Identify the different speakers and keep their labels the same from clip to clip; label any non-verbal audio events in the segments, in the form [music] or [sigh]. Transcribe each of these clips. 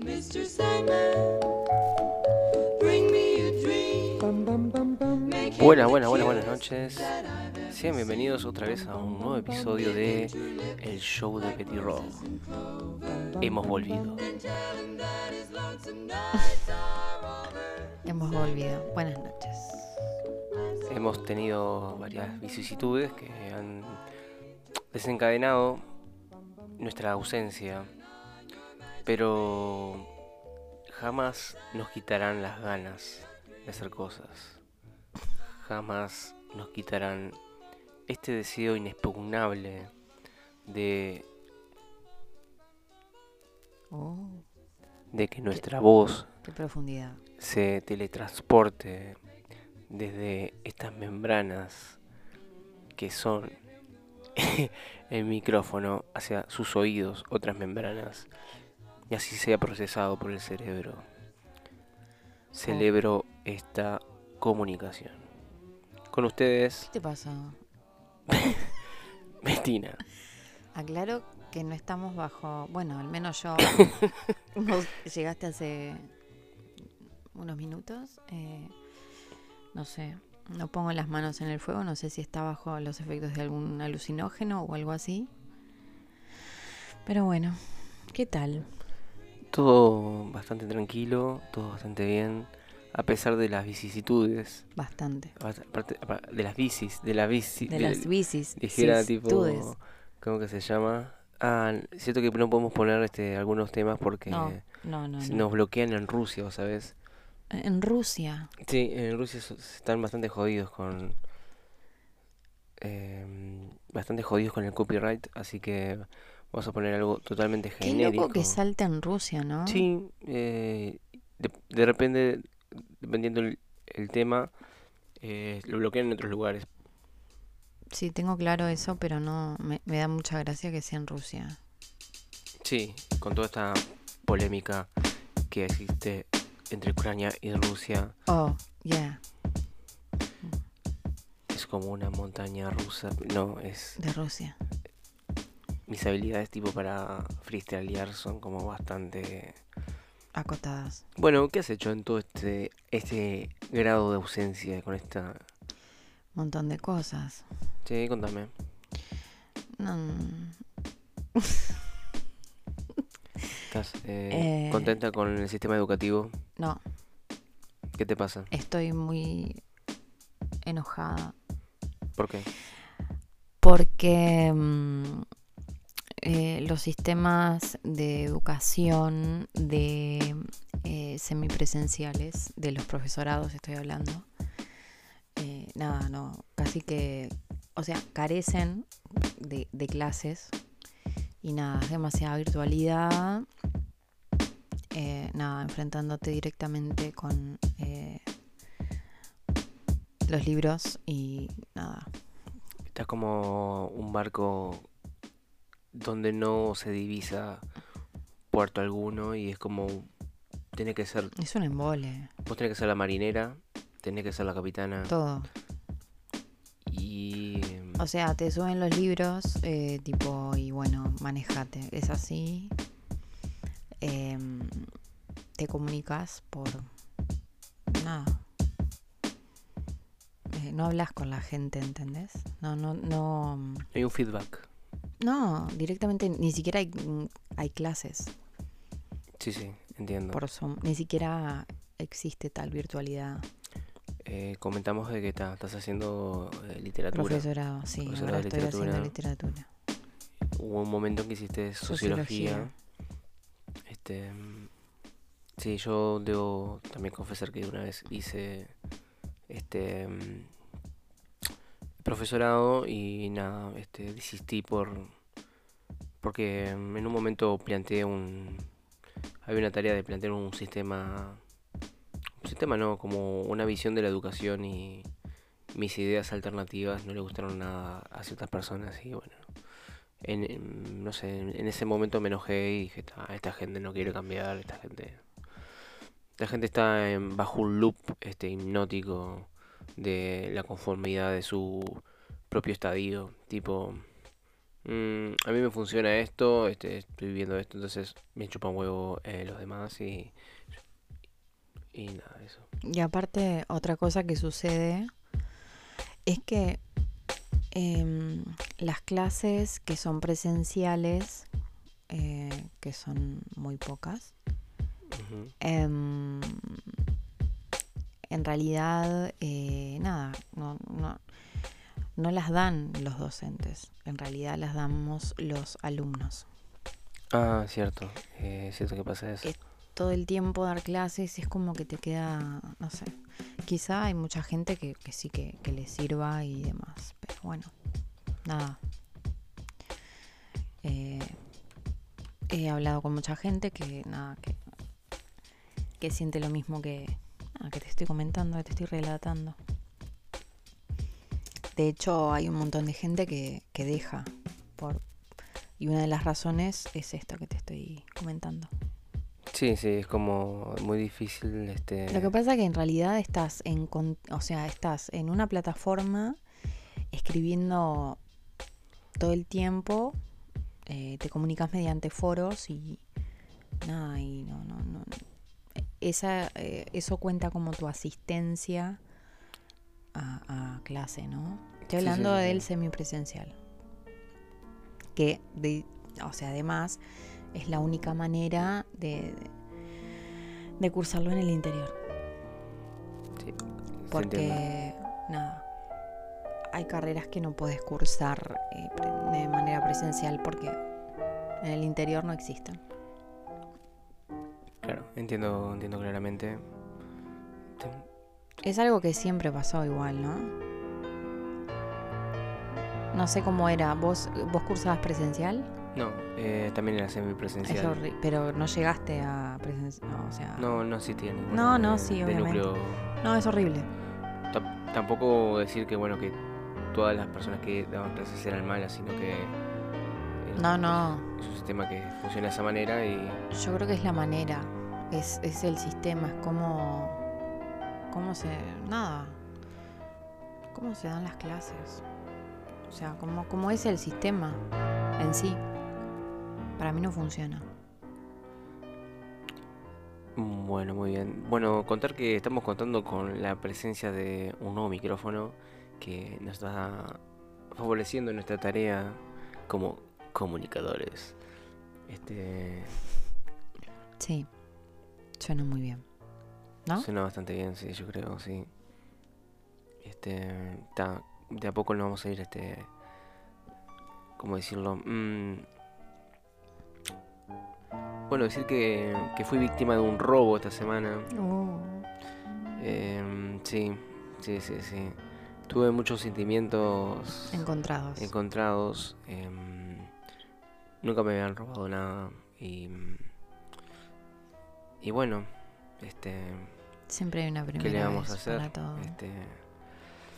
Speaker 1: Mr. Sandman, bring me a dream.
Speaker 2: Buenas, buenas, buenas, buenas noches. Sean bienvenidos otra vez a un nuevo episodio de El Show de Petit Rock. Hemos volvido.
Speaker 3: Hemos volvido. Buenas noches.
Speaker 2: Hemos tenido varias vicisitudes que han desencadenado nuestra ausencia, pero jamás nos quitarán las ganas de hacer cosas. Jamás nos quitarán este deseo inexpugnable de,
Speaker 3: Oh,
Speaker 2: de que nuestra voz
Speaker 3: qué profundidad.
Speaker 2: se teletransporte desde estas membranas que son [laughs] el micrófono hacia sus oídos, otras membranas, y así sea procesado por el cerebro. Celebro esta comunicación. Con ustedes, [laughs]
Speaker 3: ¿Qué te pasa?
Speaker 2: Bettina.
Speaker 3: Aclaro que no estamos bajo. Bueno, al
Speaker 2: [coughs]
Speaker 3: menos yo. vos llegaste hace unos minutos. eh, no sé. No pongo las manos en el fuego. No sé si está bajo los efectos de algún alucinógeno o algo así. Pero bueno, ¿qué tal?
Speaker 2: Todo bastante tranquilo, todo bastante bien, a pesar de las vicisitudes,
Speaker 3: Bastante.
Speaker 2: aparte- aparte- de las bicis, de las bicis,
Speaker 3: De las bicis.
Speaker 2: Dijera
Speaker 3: vicisitudes.
Speaker 2: tipo, ¿cómo que se llama? Ah, cierto que no podemos poner este, algunos temas porque
Speaker 3: No, no, no.
Speaker 2: se-
Speaker 3: no.
Speaker 2: nos bloquean en Rusia, ¿vos ¿sabes?
Speaker 3: En Rusia.
Speaker 2: Sí, en Rusia so- están bastante jodidos con... em, bastante jodidos con el copyright, así que vamos a poner algo totalmente
Speaker 3: Qué
Speaker 2: genérico.
Speaker 3: loco que salta en Rusia, ¿no?
Speaker 2: Sí, eh, de, de repente, dependiendo el, el tema, eh, lo bloquean en otros lugares.
Speaker 3: Sí, tengo claro eso, pero no me, me da mucha gracia que sea en Rusia.
Speaker 2: Sí, con toda esta polémica que existe entre Ucrania y Rusia,
Speaker 3: Oh, yeah,
Speaker 2: es como una montaña rusa. No, es
Speaker 3: de Rusia.
Speaker 2: mis habilidades tipo para freestylear son como bastante.
Speaker 3: Acotadas.
Speaker 2: Bueno, ¿qué has hecho en todo este este grado de ausencia con esta?
Speaker 3: Montón de cosas.
Speaker 2: Sí, contame.
Speaker 3: No, mm,
Speaker 2: ¿Estás eh,
Speaker 3: Eh.
Speaker 2: contenta con el sistema educativo?
Speaker 3: no,
Speaker 2: ¿Qué te pasa?
Speaker 3: estoy muy enojada
Speaker 2: ¿Por qué?
Speaker 3: porque mm, eh, los sistemas de educación de eh, semipresenciales, de los profesorados estoy hablando, eh, nada, no, casi que, o sea, carecen de, de clases y nada, es demasiada virtualidad, eh, nada, enfrentándote directamente con eh, los libros y nada,
Speaker 2: Estás como un barco donde no se divisa puerto alguno y es como tiene que ser
Speaker 3: es un embole.
Speaker 2: vos tenés que ser la marinera, tenés que ser la capitana
Speaker 3: Todo.
Speaker 2: y em,
Speaker 3: O sea, te suben los libros, eh, tipo, y bueno, manejate. Es así. Em, te comunicas por nada. Eh, no hablas con la gente, ¿entendés? No, no, no.
Speaker 2: no hay un feedback.
Speaker 3: No, directamente ni siquiera hay, mm, hay clases
Speaker 2: Sí, sí, entiendo.
Speaker 3: por Zoom. Ni siquiera existe tal virtualidad.
Speaker 2: Eh, comentamos de que ta- estás haciendo eh, literatura.
Speaker 3: Profesorado, sí,
Speaker 2: Profesorado de
Speaker 3: ahora estoy haciendo literatura.
Speaker 2: Hubo un momento en que hiciste sociología. Este, mm, sí, yo debo también confesar que una vez hice este mm, profesorado y nada, este, desistí por porque mm, en un momento planteé un había una tarea de plantear un sistema un sistema no, como una visión de la educación y mis ideas alternativas no le gustaron nada a ciertas personas y bueno, en- en, no sé, en en ese momento me enojé y dije, "Ta, esta gente no quiere cambiar, esta gente... Esta gente está en- bajo un loop este, hipnótico de la conformidad de su propio estadio. Tipo, mm, a mí me funciona esto, este, estoy viendo esto, entonces me chupan huevo eh, los demás y, y nada, eso.
Speaker 3: Y aparte, otra cosa que sucede es que em, las clases que son presenciales, eh, que son muy pocas,
Speaker 2: Ujú.
Speaker 3: em, en realidad, eh, nada, no, no, no las dan los docentes, en realidad las damos los alumnos.
Speaker 2: Ah, cierto, eh, cierto que pasa eso.
Speaker 3: Eh, todo el tiempo dar clases es como que te queda, no sé, quizá hay mucha gente que, que sí que, que le sirva y demás, pero bueno, nada. Eh, he hablado con mucha gente que nada, que, que siente lo mismo que, nada, que te estoy comentando, que te estoy relatando. De hecho, hay un montón de gente que, que deja por... Y una de las razones es esto que te estoy comentando.
Speaker 2: Sí, sí, es como muy difícil este...
Speaker 3: Lo que pasa que en realidad estás en, con- o sea, estás en una plataforma escribiendo todo el tiempo, eh, te comunicas mediante foros y nada, y no, no, no. Esa, eh, eso cuenta como tu asistencia a, a clase, ¿no?
Speaker 2: Sí,
Speaker 3: Estoy
Speaker 2: sí,
Speaker 3: hablando
Speaker 2: sí, sí.
Speaker 3: del semipresencial. Que, de, o sea, además es la única manera de- de- de cursarlo en el interior.
Speaker 2: se entiende.
Speaker 3: Porque, nada, hay carreras que no puedes cursar eh, pre- de manera presencial porque en el interior no existen.
Speaker 2: Claro, entiendo, entiendo claramente. Ten-
Speaker 3: Es algo que siempre pasó igual, ¿no? No sé cómo era. ¿Vos, vos cursabas presencial?
Speaker 2: No, eh, también era
Speaker 3: Es
Speaker 2: semipresencial.
Speaker 3: horri- pero no llegaste a presencial. No, o sea,
Speaker 2: No, no asistía a ninguna
Speaker 3: No, no,
Speaker 2: de-
Speaker 3: sí,
Speaker 2: de
Speaker 3: obviamente.
Speaker 2: núcleo.
Speaker 3: no, es horrible.
Speaker 2: Tam- tampoco decir que bueno que todas las personas que daban clases eran malas, sino que era-
Speaker 3: No, no.
Speaker 2: es un sistema que funciona de esa manera y
Speaker 3: Yo creo que es la manera, es, es el sistema, es cómo, cómo se. nada. cómo se dan las clases. O sea, cómo, cómo es el sistema en sí. Para mí no funciona.
Speaker 2: mm, bueno, muy bien. Bueno, contar que estamos contando con la presencia de un nuevo micrófono que nos está favoreciendo en nuestra tarea como comunicadores. Este
Speaker 3: Sí. Suena muy bien. ¿No?
Speaker 2: Suena bastante bien, sí, yo creo, sí. Este, ta, de a poco lo vamos a ir, este, ¿cómo decirlo? Mm, bueno, decir que, que fui víctima de un robo esta semana.
Speaker 3: Oh.
Speaker 2: Em, sí, sí, sí, sí. Tuve muchos sentimientos
Speaker 3: Encontrados.
Speaker 2: encontrados. em, nunca me habían robado nada. Y, y bueno, este...
Speaker 3: Siempre hay una primera
Speaker 2: ¿Qué le vamos
Speaker 3: vez
Speaker 2: a hacer?
Speaker 3: para todo.
Speaker 2: Este,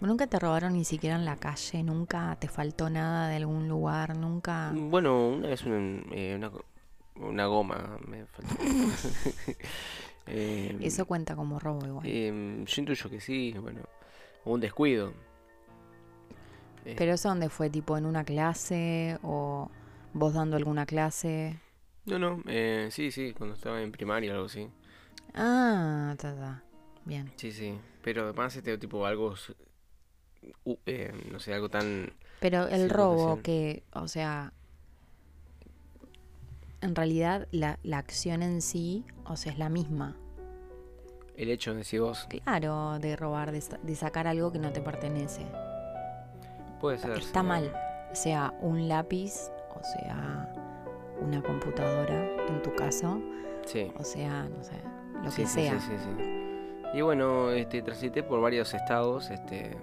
Speaker 3: Nunca te robaron ni siquiera en la calle, nunca te faltó nada de algún lugar, nunca.
Speaker 2: Bueno, una vez un- eh, una, go- una goma me
Speaker 3: [laughs]
Speaker 2: faltó. Em,
Speaker 3: Eso cuenta como robo igual.
Speaker 2: em, yo intuyo que sí, bueno, o un descuido. Eh,
Speaker 3: Pero eso dónde fue, tipo en una clase o vos dando alguna clase.
Speaker 2: No, no, eh, sí, sí, cuando estaba en primaria o algo así.
Speaker 3: Ah, ta, ta. Bien.
Speaker 2: Sí, sí, pero además este tipo algo, s- u- eh, no sé, algo tan...
Speaker 3: Pero
Speaker 2: Sí,
Speaker 3: el robo
Speaker 2: votación.
Speaker 3: que, o sea, en realidad la, la acción en sí, o sea, es la misma.
Speaker 2: El hecho, decís vos,
Speaker 3: Claro, de robar, de, sa- de sacar algo que no te pertenece.
Speaker 2: puede ser.
Speaker 3: Está
Speaker 2: sí.
Speaker 3: mal. Sea un lápiz, o sea, una computadora en tu caso,
Speaker 2: Sí.
Speaker 3: o sea, no sé, lo
Speaker 2: Sí,
Speaker 3: que
Speaker 2: sí,
Speaker 3: sea.
Speaker 2: sí, sí, sí. Y bueno, este, transité por varios estados, este...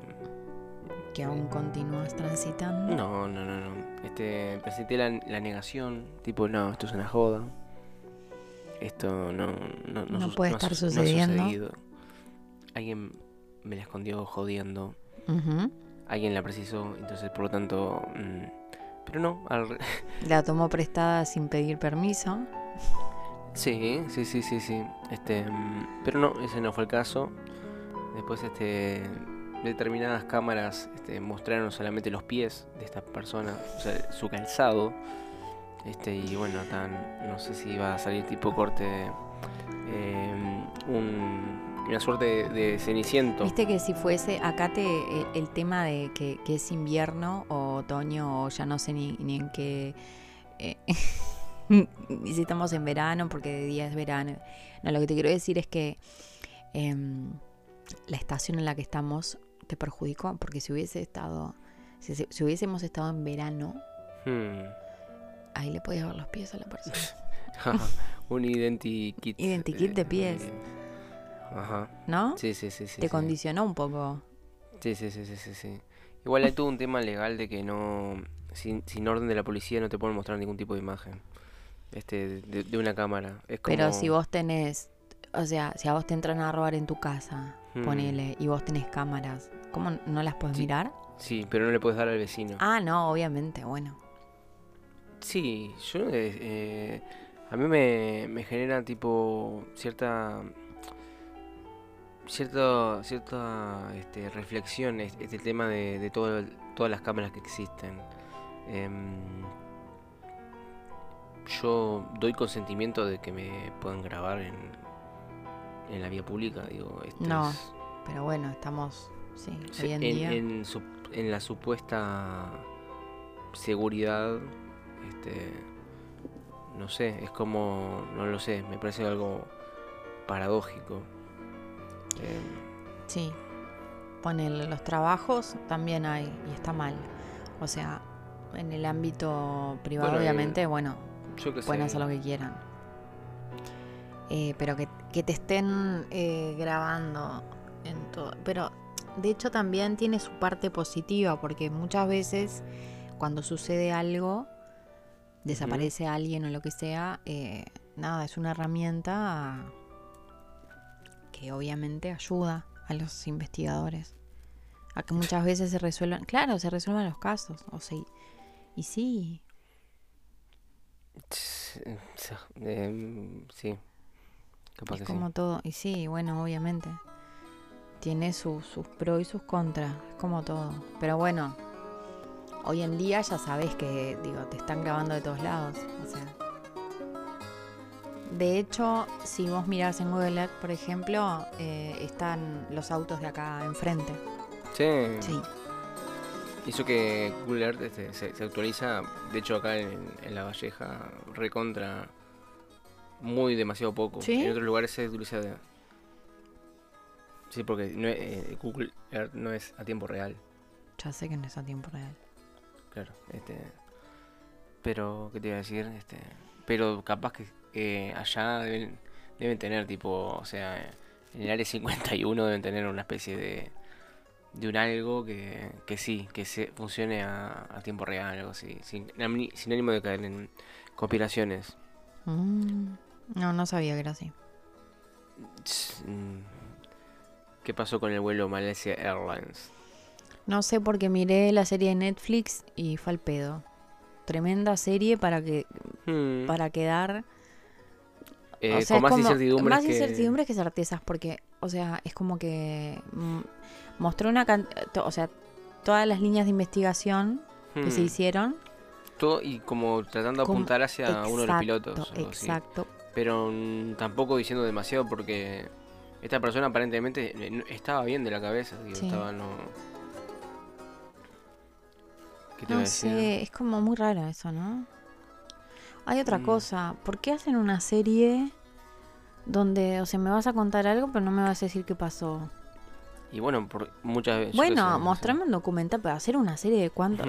Speaker 3: Que aún continúas transitando.
Speaker 2: No, no, no, no. Este, presenté la, la negación, tipo, no, esto es una joda. Esto no, no,
Speaker 3: No
Speaker 2: sus-
Speaker 3: puede
Speaker 2: ha
Speaker 3: estar
Speaker 2: su- ha
Speaker 3: sucediendo.
Speaker 2: sucedido. Alguien me la escondió jodiendo.
Speaker 3: Ujú.
Speaker 2: Alguien la precisó, entonces por lo tanto... mm, pero no, al re-
Speaker 3: La tomó prestada sin pedir permiso.
Speaker 2: sí, sí, sí, sí, sí. Este, mm, pero no, ese no fue el caso. Después este determinadas cámaras este, mostraron solamente los pies de esta persona, o sea, su calzado. Este, y bueno, tan, no sé si va a salir tipo corte eh, un- una suerte de, de ceniciento.
Speaker 3: Viste que si fuese, acá te, el, el tema de que, que es invierno o otoño o ya no sé ni, ni en qué, eh, [laughs] ni si estamos en verano porque de día es verano. No, lo que te quiero decir es que em, la estación en la que estamos te perjudicó porque si hubiese estado, si, si- si hubiésemos estado en verano,
Speaker 2: Hmm. [laughs]
Speaker 3: ahí le podías ver los pies a la persona.
Speaker 2: un identikit.
Speaker 3: Identikit de
Speaker 2: eh,
Speaker 3: pies.
Speaker 2: eh, Ajá.
Speaker 3: ¿No?
Speaker 2: Sí, sí, sí, sí.
Speaker 3: te
Speaker 2: sí.
Speaker 3: condicionó un poco.
Speaker 2: Sí, sí, sí, sí, sí, sí. Igual hay todo un tema legal de que no, sin, sin orden de la policía no te pueden mostrar ningún tipo de imagen, este, de, de una cámara. Es como,
Speaker 3: Pero si vos tenés, o sea, si a vos te entran a robar en tu casa,
Speaker 2: Hmm.
Speaker 3: ponele, y vos tenés cámaras, ¿cómo n- no las podés
Speaker 2: Sí.
Speaker 3: mirar?
Speaker 2: Sí, pero no le puedes dar al vecino.
Speaker 3: Ah, no, obviamente, bueno.
Speaker 2: Sí, yo, eh, eh, a mí me, me genera tipo cierta, cierta, cierta, este, reflexión es- este tema de, de todo el- todas las cámaras que existen. Em, yo doy consentimiento de que me puedan grabar en, en la vía pública, digo, esto
Speaker 3: No,
Speaker 2: es-
Speaker 3: Pero bueno, estamos, sí,
Speaker 2: Sí,
Speaker 3: hoy en,
Speaker 2: en,
Speaker 3: día.
Speaker 2: en su- en la supuesta seguridad, este, no sé, es como, no lo sé, me parece algo paradójico. Em,
Speaker 3: Sí. Ponele, los trabajos también hay, y está mal. O sea, en el ámbito privado,
Speaker 2: Bueno, eh, y-
Speaker 3: obviamente, bueno,
Speaker 2: yo qué sé.
Speaker 3: pueden hacer lo que quieran. Eh, pero que, que te estén eh, grabando en todo. Pero de hecho también tiene su parte positiva, porque muchas veces cuando sucede algo, desaparece alguien o lo que sea, eh, nada, es una herramienta que obviamente ayuda a los investigadores. A que muchas veces se resuelvan, claro, se resuelvan los casos. O sea, y- y sí,
Speaker 2: Ts- eh, sa- em, sí, capaz
Speaker 3: Es
Speaker 2: que
Speaker 3: como
Speaker 2: sí.
Speaker 3: todo. Y sí, bueno, obviamente. Tiene su- sus pros y sus contras. Es como todo. Pero bueno, hoy en día ya sabes que, digo, te están grabando de todos lados. O sea. De hecho, si vos mirás en Google Earth, por ejemplo, eh, están los autos de acá enfrente.
Speaker 2: Sí,
Speaker 3: Sí.
Speaker 2: Hizo que Google Earth este, se, se actualiza, de hecho acá en, en La Valleja, recontra, muy demasiado poco.
Speaker 3: ¿Sí?
Speaker 2: En otros lugares se actualiza... de- Sí, porque no es- eh, Google Earth no es a tiempo real,
Speaker 3: Ya sé que no es a tiempo real.
Speaker 2: claro. Este, pero, ¿qué te iba a decir? Este, pero capaz que eh, allá deben, deben tener tipo, o sea, eh, en el área 51 deben tener una especie de... de un algo que, que sí, que se funcione a, a tiempo real, algo así, sin, ani- sin ánimo de caer en conspiraciones.
Speaker 3: Mm. No, no sabía que era así.
Speaker 2: Ts- mm. ¿Qué pasó con el vuelo Malaysia Airlines?
Speaker 3: No sé porque miré la serie de Netflix y fue al pedo. Tremenda serie para que
Speaker 2: Hmm.
Speaker 3: para quedar
Speaker 2: Eh,
Speaker 3: o sea,
Speaker 2: con
Speaker 3: es
Speaker 2: más
Speaker 3: como-
Speaker 2: incertidumbres
Speaker 3: más
Speaker 2: que-
Speaker 3: incertidumbres que certezas porque o sea es como que mm, mostró una can- to- o sea todas las líneas de investigación que se
Speaker 2: Hmm.
Speaker 3: hicieron
Speaker 2: Todo- y como tratando de
Speaker 3: Como-
Speaker 2: apuntar hacia uno de los pilotos. algo así.
Speaker 3: exacto
Speaker 2: Pero mm, tampoco diciendo demasiado porque esta persona aparentemente eh, no- estaba bien de la cabeza. digo,
Speaker 3: Sí.
Speaker 2: estaba no... ¿Qué te iba a
Speaker 3: no
Speaker 2: decir?
Speaker 3: sé es como muy raro eso no hay otra
Speaker 2: Mm.
Speaker 3: cosa por qué hacen una serie donde o sea me vas a contar algo pero no me vas a decir qué pasó
Speaker 2: Y bueno, por muchas veces. yo qué sé, no
Speaker 3: bueno
Speaker 2: sé.
Speaker 3: mostrame un documental pero hacer una serie
Speaker 2: [laughs]
Speaker 3: de cuántos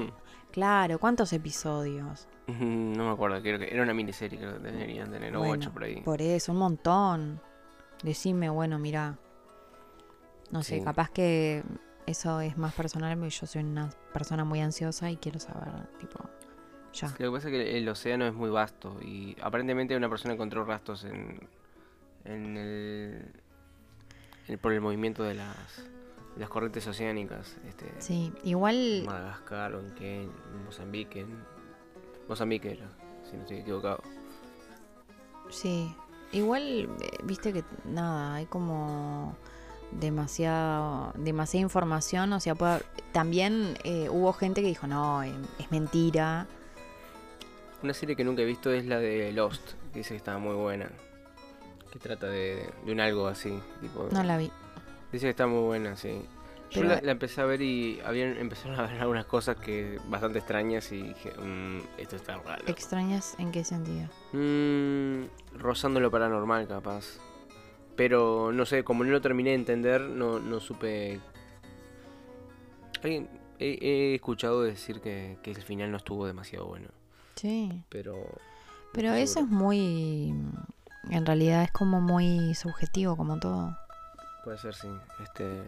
Speaker 3: claro cuántos episodios
Speaker 2: No me acuerdo, creo que era una miniserie, creo que deberían tener, o
Speaker 3: Bueno,
Speaker 2: ocho por ahí.
Speaker 3: Por eso, un montón. Decime, bueno, mira. No sé,
Speaker 2: Sí.
Speaker 3: capaz que eso es más personal, porque yo soy una persona muy ansiosa y quiero saber, tipo, ya.
Speaker 2: Lo que pasa es que el océano es muy vasto y aparentemente una persona encontró rastros en, en el, en- por el movimiento de las, de las corrientes oceánicas. Este,
Speaker 3: Sí, igual,
Speaker 2: en Madagascar o en Kenia, en Mozambique. en- Mozambique era, si no estoy equivocado.
Speaker 3: sí. Igual, eh, viste que nada, hay como demasiado, demasiada información. O sea, puede haber- también eh, hubo gente que dijo, no, eh, es mentira.
Speaker 2: Una serie que nunca he visto es la de Lost, que dice que estaba muy buena. Que trata de, de un algo así. Tipo,
Speaker 3: No la vi.
Speaker 2: Dice que está muy buena, sí. Yo
Speaker 3: Pero-
Speaker 2: la, la empecé a ver y habían, empezaron a ver algunas cosas que bastante extrañas y dije, "Mm, esto está raro.
Speaker 3: ¿Extrañas en qué sentido?
Speaker 2: Mm, rozando lo paranormal, capaz. Pero no sé, como no lo terminé de entender, no, no supe. Alguien- He, he escuchado decir que, que el final no estuvo demasiado bueno.
Speaker 3: Sí.
Speaker 2: Pero.
Speaker 3: Pero eso es
Speaker 2: seguro.
Speaker 3: muy... mm, En realidad es como muy subjetivo, como todo.
Speaker 2: Puede ser, sí. Este.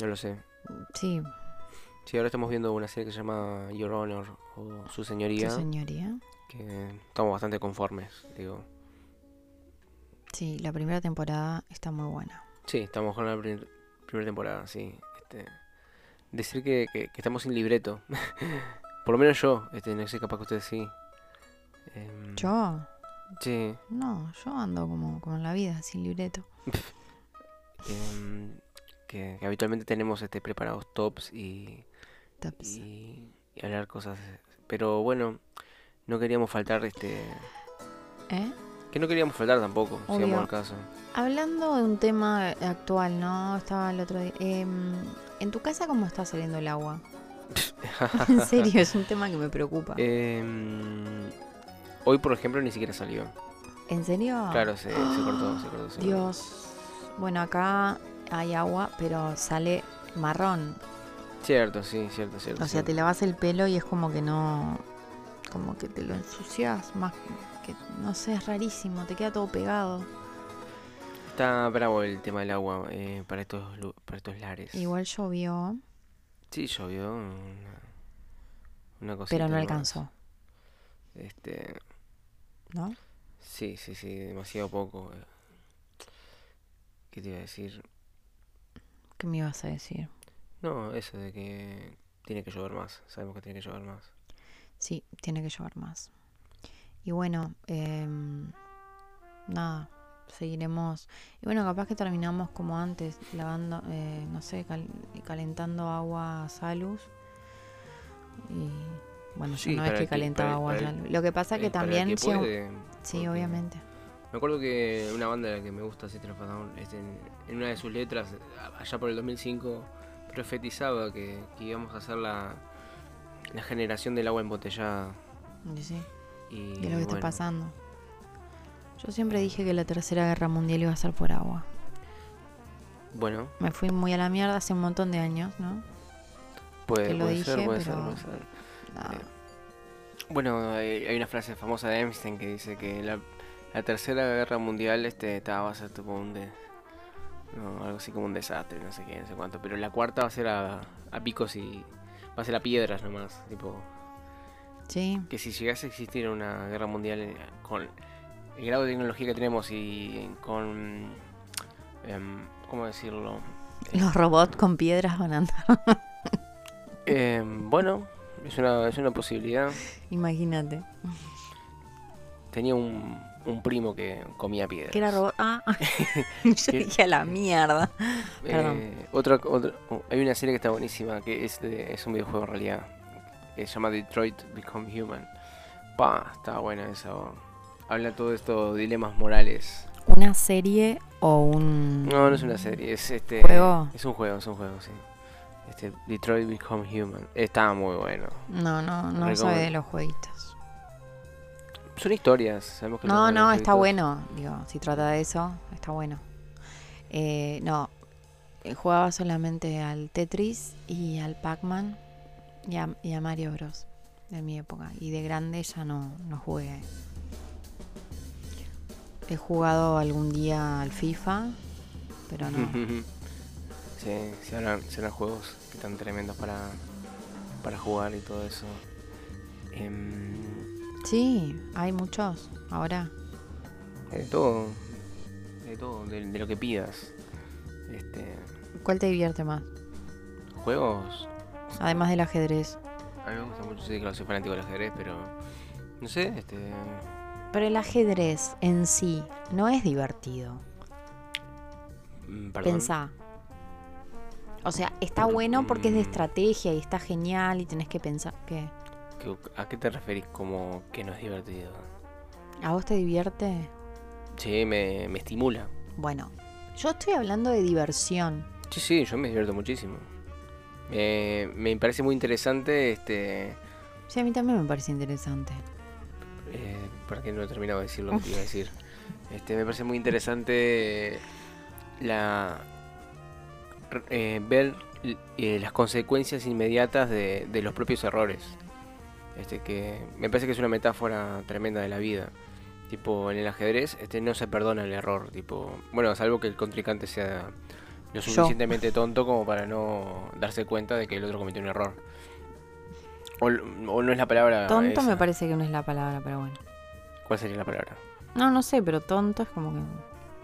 Speaker 2: No lo sé.
Speaker 3: Sí,
Speaker 2: Sí, ahora estamos viendo una serie que se llama Your Honor o Su
Speaker 3: tu
Speaker 2: Señoría.
Speaker 3: señoría.
Speaker 2: que estamos bastante conformes, digo.
Speaker 3: Sí, la primera temporada está muy buena.
Speaker 2: Sí, estamos con la prim- primera temporada, sí. Este, decir que, que- que estamos sin libreto. [laughs] Por lo menos yo, este, no sé, capaz que ustedes sí. Em,
Speaker 3: ¿Yo?
Speaker 2: Sí.
Speaker 3: No, yo ando como, como en la vida, sin libreto.
Speaker 2: em, que, que habitualmente tenemos este, preparados tops y,
Speaker 3: Taps.
Speaker 2: y- y hablar cosas. Pero bueno, no queríamos faltar, este.
Speaker 3: ¿Eh?
Speaker 2: Que no queríamos faltar tampoco, si
Speaker 3: Obvio.
Speaker 2: vamos al caso.
Speaker 3: Hablando de un tema eh, actual, ¿no? Estaba el otro día. em, ¿En tu casa cómo está saliendo
Speaker 2: [laughs]
Speaker 3: el agua? en serio, es un tema que me preocupa.
Speaker 2: Eh, Em, hoy, por ejemplo, ni siquiera salió.
Speaker 3: ¿En serio?
Speaker 2: Claro, se, se cortó, se cortó. se cortó.
Speaker 3: Ah. Dios. Bueno, acá hay agua, pero sale marrón.
Speaker 2: Cierto, sí, cierto, cierto.
Speaker 3: O sea, te
Speaker 2: cierto.
Speaker 3: lavas el pelo y es como que no. Como que te lo ensucias más. Que, no sé, es rarísimo, te queda todo pegado.
Speaker 2: Está bravo el tema del agua eh, para, estos, lu- para estos lares.
Speaker 3: Igual llovió,
Speaker 2: Sí, llovió una, una cosita.
Speaker 3: pero no
Speaker 2: nomás.
Speaker 3: alcanzó,
Speaker 2: Este,
Speaker 3: ¿no?
Speaker 2: sí, sí, sí, demasiado poco. eh. ¿Qué te iba a decir?
Speaker 3: ¿Qué me ibas a decir?
Speaker 2: No, eso de que tiene que llover más. Sabemos que tiene que llover más.
Speaker 3: Sí, tiene que llover más. Y bueno, em, nada, seguiremos. Y bueno, capaz que terminamos como antes, lavando, eh, no sé, cal- calentando agua a Salus. Y bueno,
Speaker 2: Sí,
Speaker 3: yo no
Speaker 2: para
Speaker 3: es
Speaker 2: el
Speaker 3: que
Speaker 2: que-
Speaker 3: calentaba
Speaker 2: para el-
Speaker 3: agua a
Speaker 2: para el-
Speaker 3: Salus. Lo que pasa que
Speaker 2: Eh, para el
Speaker 3: también...
Speaker 2: que
Speaker 3: si es un-
Speaker 2: puede,
Speaker 3: sí,
Speaker 2: porque-
Speaker 3: obviamente.
Speaker 2: Me acuerdo que una banda de la que me gusta, System of a Down, este, en, en una de sus letras, a- allá por el 2005, profetizaba que, que íbamos a hacer la, la generación del agua embotellada.
Speaker 3: Y sí,
Speaker 2: Y,
Speaker 3: de lo que está
Speaker 2: bueno,
Speaker 3: pasando. Yo siempre dije que la Tercera Guerra Mundial iba a ser por agua.
Speaker 2: Bueno,
Speaker 3: Me fui muy a la mierda hace un montón de años, ¿no?
Speaker 2: puede,
Speaker 3: Que lo
Speaker 2: puede ser,
Speaker 3: dije,
Speaker 2: puede ser,
Speaker 3: pero-
Speaker 2: puede ser.
Speaker 3: Nada.
Speaker 2: Eh, Bueno, hay, hay una frase famosa de Einstein que dice que la, la tercera guerra mundial este, estaba, va a ser tipo un de- no, algo así como un desastre, no sé qué, no sé cuánto. Pero la cuarta va a ser a, a picos y va a ser a piedras nomás. Tipo,
Speaker 3: Sí,
Speaker 2: que si llegase a existir una guerra mundial eh, con el grado de tecnología que tenemos y con... em, ¿Cómo decirlo?
Speaker 3: los robots con piedras van a andar. [laughs]
Speaker 2: Em, bueno, es una, es una posibilidad.
Speaker 3: Imagínate.
Speaker 2: Tenía un, un primo que comía piedras.
Speaker 3: Que era robot. Ah, [laughs] yo
Speaker 2: ¿Qué?
Speaker 3: dije a la mierda.
Speaker 2: Eh,
Speaker 3: Perdón.
Speaker 2: otra, otra- oh, hay una serie que está buenísima, que es, de- es un videojuego en realidad, que se llama Detroit Become Human. Pa, está buena esa. oh. Habla todo de estos dilemas morales.
Speaker 3: ¿Una serie o un.?
Speaker 2: No, no es una serie, es este.
Speaker 3: ¿Juego?
Speaker 2: Es un juego, es un juego, sí. Este, Detroit Become Human. Está muy bueno.
Speaker 3: No, no, no soy
Speaker 2: Recomiendo.
Speaker 3: de los jueguitos.
Speaker 2: Son historias, sabemos que
Speaker 3: No,
Speaker 2: los-
Speaker 3: no,
Speaker 2: los
Speaker 3: está
Speaker 2: jueguitos-
Speaker 3: bueno. Digo, si trata de eso, está bueno. Eh, no, eh, jugaba solamente al Tetris y al Pac-Man y a, y a Mario Bros. de mi época. Y de grande ya no, no jugué. He jugado algún día al FIFA, pero no.
Speaker 2: [laughs] sí, sí, ahora serán juegos que están tremendos para, para jugar y todo eso. Em,
Speaker 3: Sí, hay muchos ahora.
Speaker 2: de todo. De todo, de, de lo que pidas. Este,
Speaker 3: ¿Cuál te divierte más?
Speaker 2: juegos
Speaker 3: Además del ajedrez.
Speaker 2: a mí me gusta mucho, sí, claro, soy fanático del ajedrez, pero no sé, este
Speaker 3: Pero el ajedrez en sí no es divertido.
Speaker 2: Mm, Perdón.
Speaker 3: Pensá. O sea, está bueno porque es de estrategia y está genial y tenés que pensar que
Speaker 2: ¿Qué- ¿A qué te referís como que no es divertido?
Speaker 3: a vos te divierte.
Speaker 2: Sí, me, me estimula.
Speaker 3: Bueno, yo estoy hablando de diversión.
Speaker 2: Sí, sí, yo me divierto muchísimo. Me, me parece muy interesante, este...
Speaker 3: Sí, a mí también me parece interesante.
Speaker 2: eh, ¿Para qué no he terminado de decir lo que te iba a decir? Este, me parece muy interesante eh, la... r- eh, ver eh, las consecuencias inmediatas de, de los propios errores. Este, que me parece que es una metáfora tremenda de la vida. Tipo, en el ajedrez este, no se perdona el error. Tipo, bueno, salvo que el contrincante sea lo suficientemente tonto como para no darse cuenta de que el otro cometió un error. O, l- o no es la palabra.
Speaker 3: Tonto me
Speaker 2: Ah, esa.
Speaker 3: parece que no es la palabra, pero bueno.
Speaker 2: ¿Cuál sería la palabra?
Speaker 3: No, no sé, pero tonto es como que...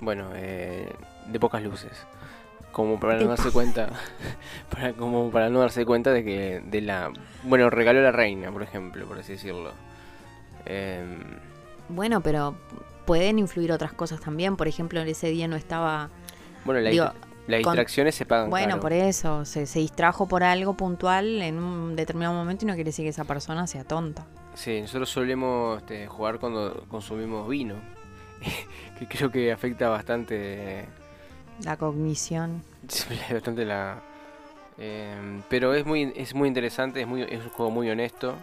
Speaker 2: Bueno, eh, de pocas luces. Como para
Speaker 3: De
Speaker 2: no darse cuenta. [laughs] para, como para no darse cuenta de que. de la. Bueno, regaló a la reina, por ejemplo, por así decirlo. Em,
Speaker 3: Bueno, pero pueden influir otras cosas también. Por ejemplo, ese día no estaba...
Speaker 2: bueno, la-
Speaker 3: Digo,
Speaker 2: las
Speaker 3: con-
Speaker 2: distracciones se pagan.
Speaker 3: Bueno,
Speaker 2: caro.
Speaker 3: por e-, eso, se, se distrajo por algo puntual en un determinado momento y no quiere decir que esa persona sea tonta.
Speaker 2: Sí, nosotros solemos este, jugar cuando consumimos vino. [laughs] que creo que afecta bastante.
Speaker 3: La cognición.
Speaker 2: bastante la. eh, pero es muy, es muy interesante, es, muy, es un juego muy honesto.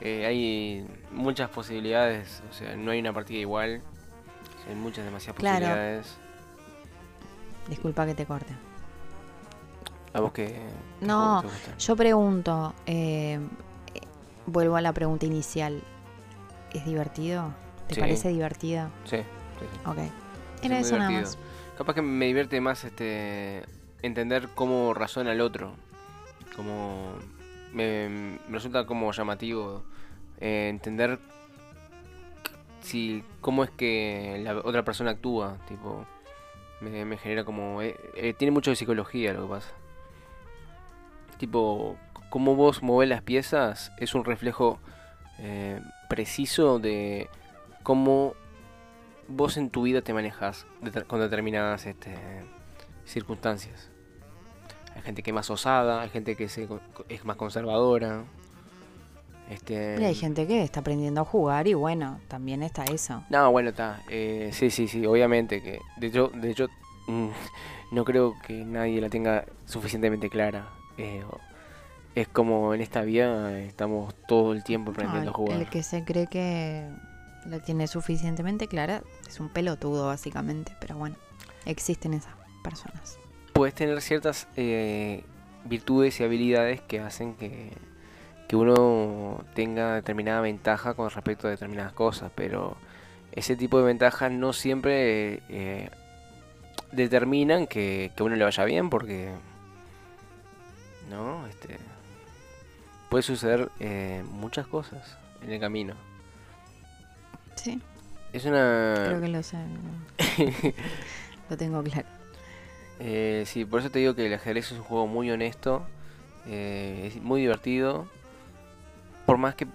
Speaker 2: Eh, hay muchas posibilidades, o sea, no hay una partida igual. o sea, hay muchas, demasiadas
Speaker 3: Claro.
Speaker 2: posibilidades.
Speaker 3: Disculpa que te corte.
Speaker 2: A vos que. que
Speaker 3: No,
Speaker 2: juego te gusta?
Speaker 3: Yo pregunto, eh, eh, vuelvo a la pregunta inicial. ¿Es divertido? ¿Te
Speaker 2: Sí.
Speaker 3: parece divertida?
Speaker 2: Sí, sí, sí.
Speaker 3: Ok.
Speaker 2: Es
Speaker 3: Era
Speaker 2: muy
Speaker 3: eso nada más.
Speaker 2: divertido. Capaz que me divierte más este entender cómo razona el otro. Como me, me resulta como llamativo eh, entender si cómo es que la otra persona actúa, tipo me, me genera como eh, eh, tiene mucho de psicología lo que pasa. Tipo cómo vos movés las piezas es un reflejo eh, preciso de cómo vos en tu vida te manejas deter- con determinadas este, circunstancias. Hay gente que es más osada, hay gente que se co- es más conservadora. Este,
Speaker 3: Pero hay gente que está aprendiendo a jugar y bueno, también está eso.
Speaker 2: No, bueno, está. eh, sí, sí, sí, obviamente que. De hecho, de hecho mm, no creo que nadie la tenga suficientemente clara. Eh, o- es como en esta vía eh, estamos todo el tiempo aprendiendo
Speaker 3: Ah,
Speaker 2: a jugar.
Speaker 3: El que se cree que la tiene suficientemente clara es un pelotudo, básicamente. Pero bueno, existen esas personas.
Speaker 2: Puedes tener ciertas eh, virtudes y habilidades que hacen que, que uno tenga determinada ventaja con respecto a determinadas cosas, pero ese tipo de ventajas no siempre eh, determinan que, que a uno le vaya bien, porque. ¿No? Este, puede suceder eh, muchas cosas en el camino.
Speaker 3: Sí,
Speaker 2: Es una.
Speaker 3: creo que
Speaker 2: [laughs]
Speaker 3: lo sé. lo tengo claro.
Speaker 2: Eh, sí, por eso te digo que el ajedrez es un juego muy honesto, eh, es muy divertido. Por más que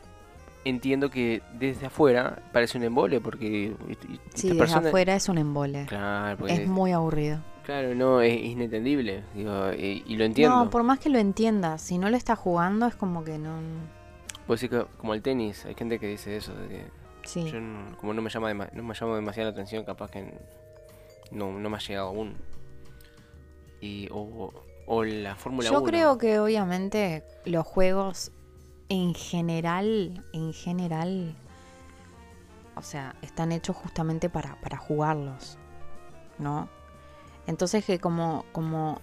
Speaker 2: entiendo que desde afuera parece un embole, porque y- y-
Speaker 3: Sí,
Speaker 2: esta
Speaker 3: desde
Speaker 2: persona-
Speaker 3: afuera es un embole.
Speaker 2: Claro, porque
Speaker 3: Es
Speaker 2: es-
Speaker 3: muy aburrido.
Speaker 2: claro, no, es inentendible. digo, y, y lo entiendo.
Speaker 3: No, por más que lo entiendas, si no lo estás jugando es como que no...
Speaker 2: Puede ser que- como el tenis, hay gente que dice eso, de que
Speaker 3: Sí,
Speaker 2: yo no- como no me llama dema- no me llama demasiado la atención, capaz que n- no, no me ha llegado aún. Y, o, o la Fórmula 1.
Speaker 3: yo creo que obviamente los juegos en general, en general, o sea, están hechos justamente para, para jugarlos, ¿no? Entonces que como, como,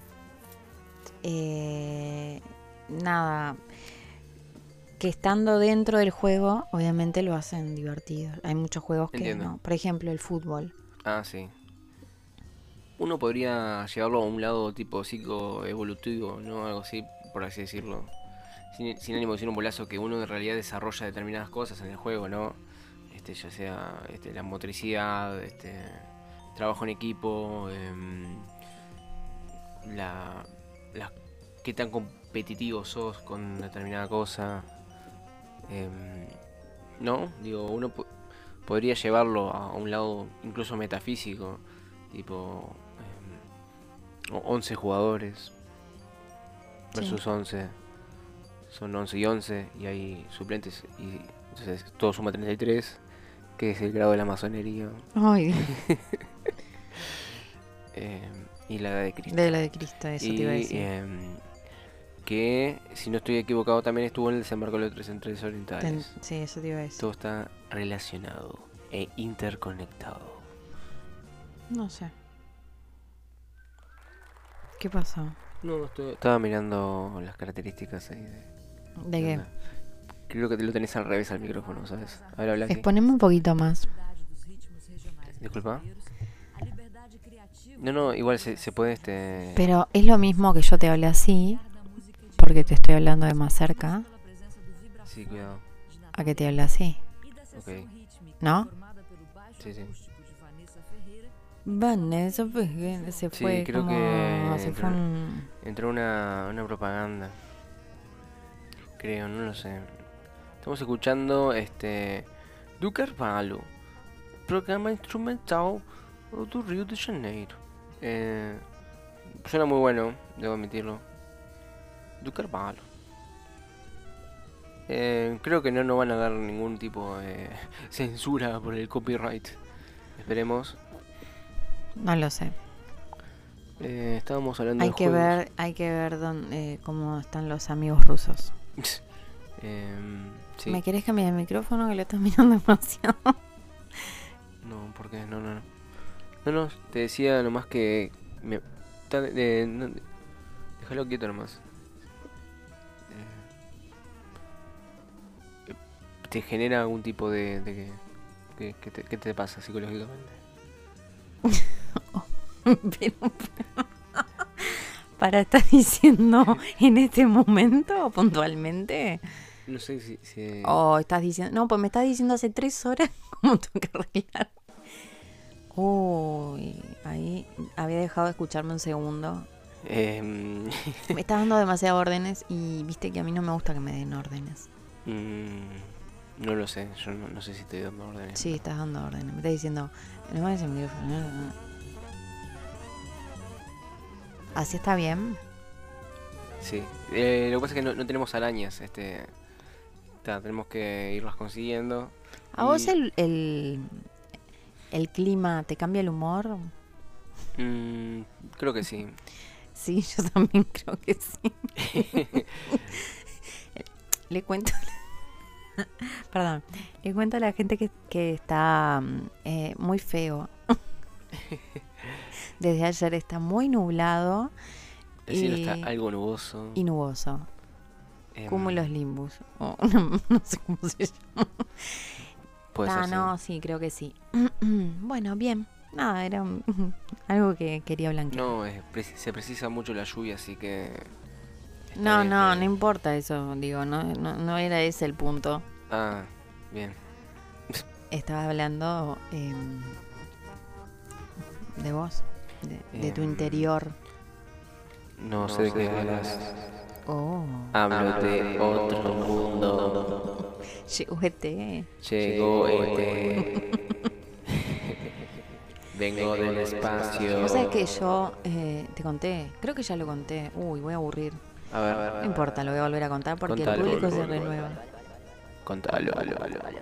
Speaker 3: eh, nada, que estando dentro del juego, obviamente lo hacen divertido. Hay muchos juegos que
Speaker 2: Entiendo.
Speaker 3: no. Por ejemplo, el fútbol.
Speaker 2: Ah, sí. Uno podría llevarlo a un lado tipo psicoevolutivo, ¿no? Algo así, por así decirlo. Sin, sin ánimo de decir un bolazo que uno en realidad desarrolla determinadas cosas en el juego, ¿no? Este, ya sea este, la motricidad, este, trabajo en equipo, em, la, la- qué tan competitivo sos con determinada cosa. Em, no, digo, uno po- podría llevarlo a un lado incluso metafísico, tipo, em, o 11 jugadores
Speaker 3: Sí.
Speaker 2: versus 11. Son 11 y 11 y hay suplentes y entonces todo suma 33, que es el grado de la masonería
Speaker 3: Ay,
Speaker 2: eh, y la edad de Cristo.
Speaker 3: de la de Cristo, eso te iba a
Speaker 2: Y,
Speaker 3: decir.
Speaker 2: em, que, si no estoy equivocado, también estuvo en el desembarco de los tres centrales
Speaker 3: Ten-
Speaker 2: orientales.
Speaker 3: sí, eso te iba a decir.
Speaker 2: Todo está relacionado e interconectado.
Speaker 3: No sé. ¿Qué pasó?
Speaker 2: No, Estaba mirando las características ahí de...
Speaker 3: ¿De qué?
Speaker 2: Anda. Creo que te lo tenés al revés al micrófono, ¿sabes? Ahora habla aquí.
Speaker 3: Exponeme un poquito más.
Speaker 2: Disculpa. No, no, igual se, se puede este...
Speaker 3: Pero es lo mismo que yo te hablé así, porque te estoy hablando de más cerca,
Speaker 2: Sí, cuidado.
Speaker 3: a que te hablé así,
Speaker 2: Ok.
Speaker 3: ¿no?
Speaker 2: Sí, sí.
Speaker 3: Vanessa Ferrer se
Speaker 2: Sí,
Speaker 3: eh, fue
Speaker 2: creo
Speaker 3: como-
Speaker 2: que-
Speaker 3: se fue un-
Speaker 2: Entró una, una propaganda. Creo, no lo sé. Estamos escuchando este... Du Carvalho. Programa instrumental do Rio de Janeiro. Eh, suena muy bueno, debo admitirlo. Du Carvalho. Eh, creo que no nos van a dar ningún tipo de [laughs] censura por el copyright. Esperemos.
Speaker 3: No lo sé.
Speaker 2: Eh, estábamos hablando
Speaker 3: Hay
Speaker 2: de
Speaker 3: que
Speaker 2: juegos.
Speaker 3: ver, hay que ver dónde, eh, cómo están los amigos rusos.
Speaker 2: [laughs] Em, sí.
Speaker 3: ¿Me querés cambiar el micrófono que lo estás [laughs] mirando demasiado?
Speaker 2: No, ¿por qué? No, no, no. No, no, te decía nomás que. Me... ta- eh, no- Déjalo quieto nomás. Eh, ¿Te genera algún tipo de. de que, que- que te, que te pasa psicológicamente?
Speaker 3: Pero para estar [laughs] diciendo en este momento puntualmente.
Speaker 2: No sé si. si-
Speaker 3: Oh, estás diciendo. No, pues me estás diciendo hace tres horas [laughs] cómo tengo que arreglar. Uy, ahí había dejado de escucharme un segundo.
Speaker 2: Em, [laughs]
Speaker 3: Me estás dando demasiadas órdenes y viste que a mí no me gusta que me den órdenes.
Speaker 2: mm, no lo sé, yo no, no sé si estoy dando órdenes.
Speaker 3: Sí, estás dando órdenes. Me estás diciendo, no me des el micrófono. no, no". Así está bien.
Speaker 2: Sí, eh, lo que pasa es que no, no tenemos arañas, este. ta, tenemos que irlas consiguiendo.
Speaker 3: ¿A vos
Speaker 2: Y-
Speaker 3: el, el, el clima te cambia el humor?
Speaker 2: Mm, creo que sí.
Speaker 3: Sí, [laughs] yo también creo que sí.
Speaker 2: [laughs]
Speaker 3: le cuento. [laughs] Perdón. Le cuento a la gente que, que está mm, eh, muy feo.
Speaker 2: [laughs]
Speaker 3: Desde ayer está muy nublado
Speaker 2: El cielo
Speaker 3: Y-
Speaker 2: está algo nuboso.
Speaker 3: Eh, y nuboso.
Speaker 2: em,
Speaker 3: Cúmulos limbus. o [laughs] no, no sé cómo se llama.
Speaker 2: puede
Speaker 3: Ah,
Speaker 2: ser, sí.
Speaker 3: no, sí, creo que sí. [clears throat] bueno, bien. Nada, era un- [laughs] algo que quería blanquear.
Speaker 2: No, es preci- se precisa mucho la lluvia, así que. está
Speaker 3: No,
Speaker 2: bien,
Speaker 3: no,
Speaker 2: está
Speaker 3: no
Speaker 2: bien.
Speaker 3: importa eso, digo, no, no, no era ese el punto.
Speaker 2: Ah, bien.
Speaker 3: Estaba hablando em, de vos, de, de tu
Speaker 2: Em.
Speaker 3: interior.
Speaker 2: No, sé de qué hablas.
Speaker 3: Oh,
Speaker 2: Hablo de otro mundo.
Speaker 3: llegúete.
Speaker 2: Llegó este. [laughs] Vengo del espacio.
Speaker 3: Vos sabés que yo eh, te conté, creo que ya lo conté. Uy, voy a aburrir.
Speaker 2: A ver, a
Speaker 3: No
Speaker 2: ver,
Speaker 3: importa, lo voy a volver a contar porque
Speaker 2: Contalo,
Speaker 3: el público se
Speaker 2: contalo,
Speaker 3: renueva.
Speaker 2: contalo, alo, alo, alo.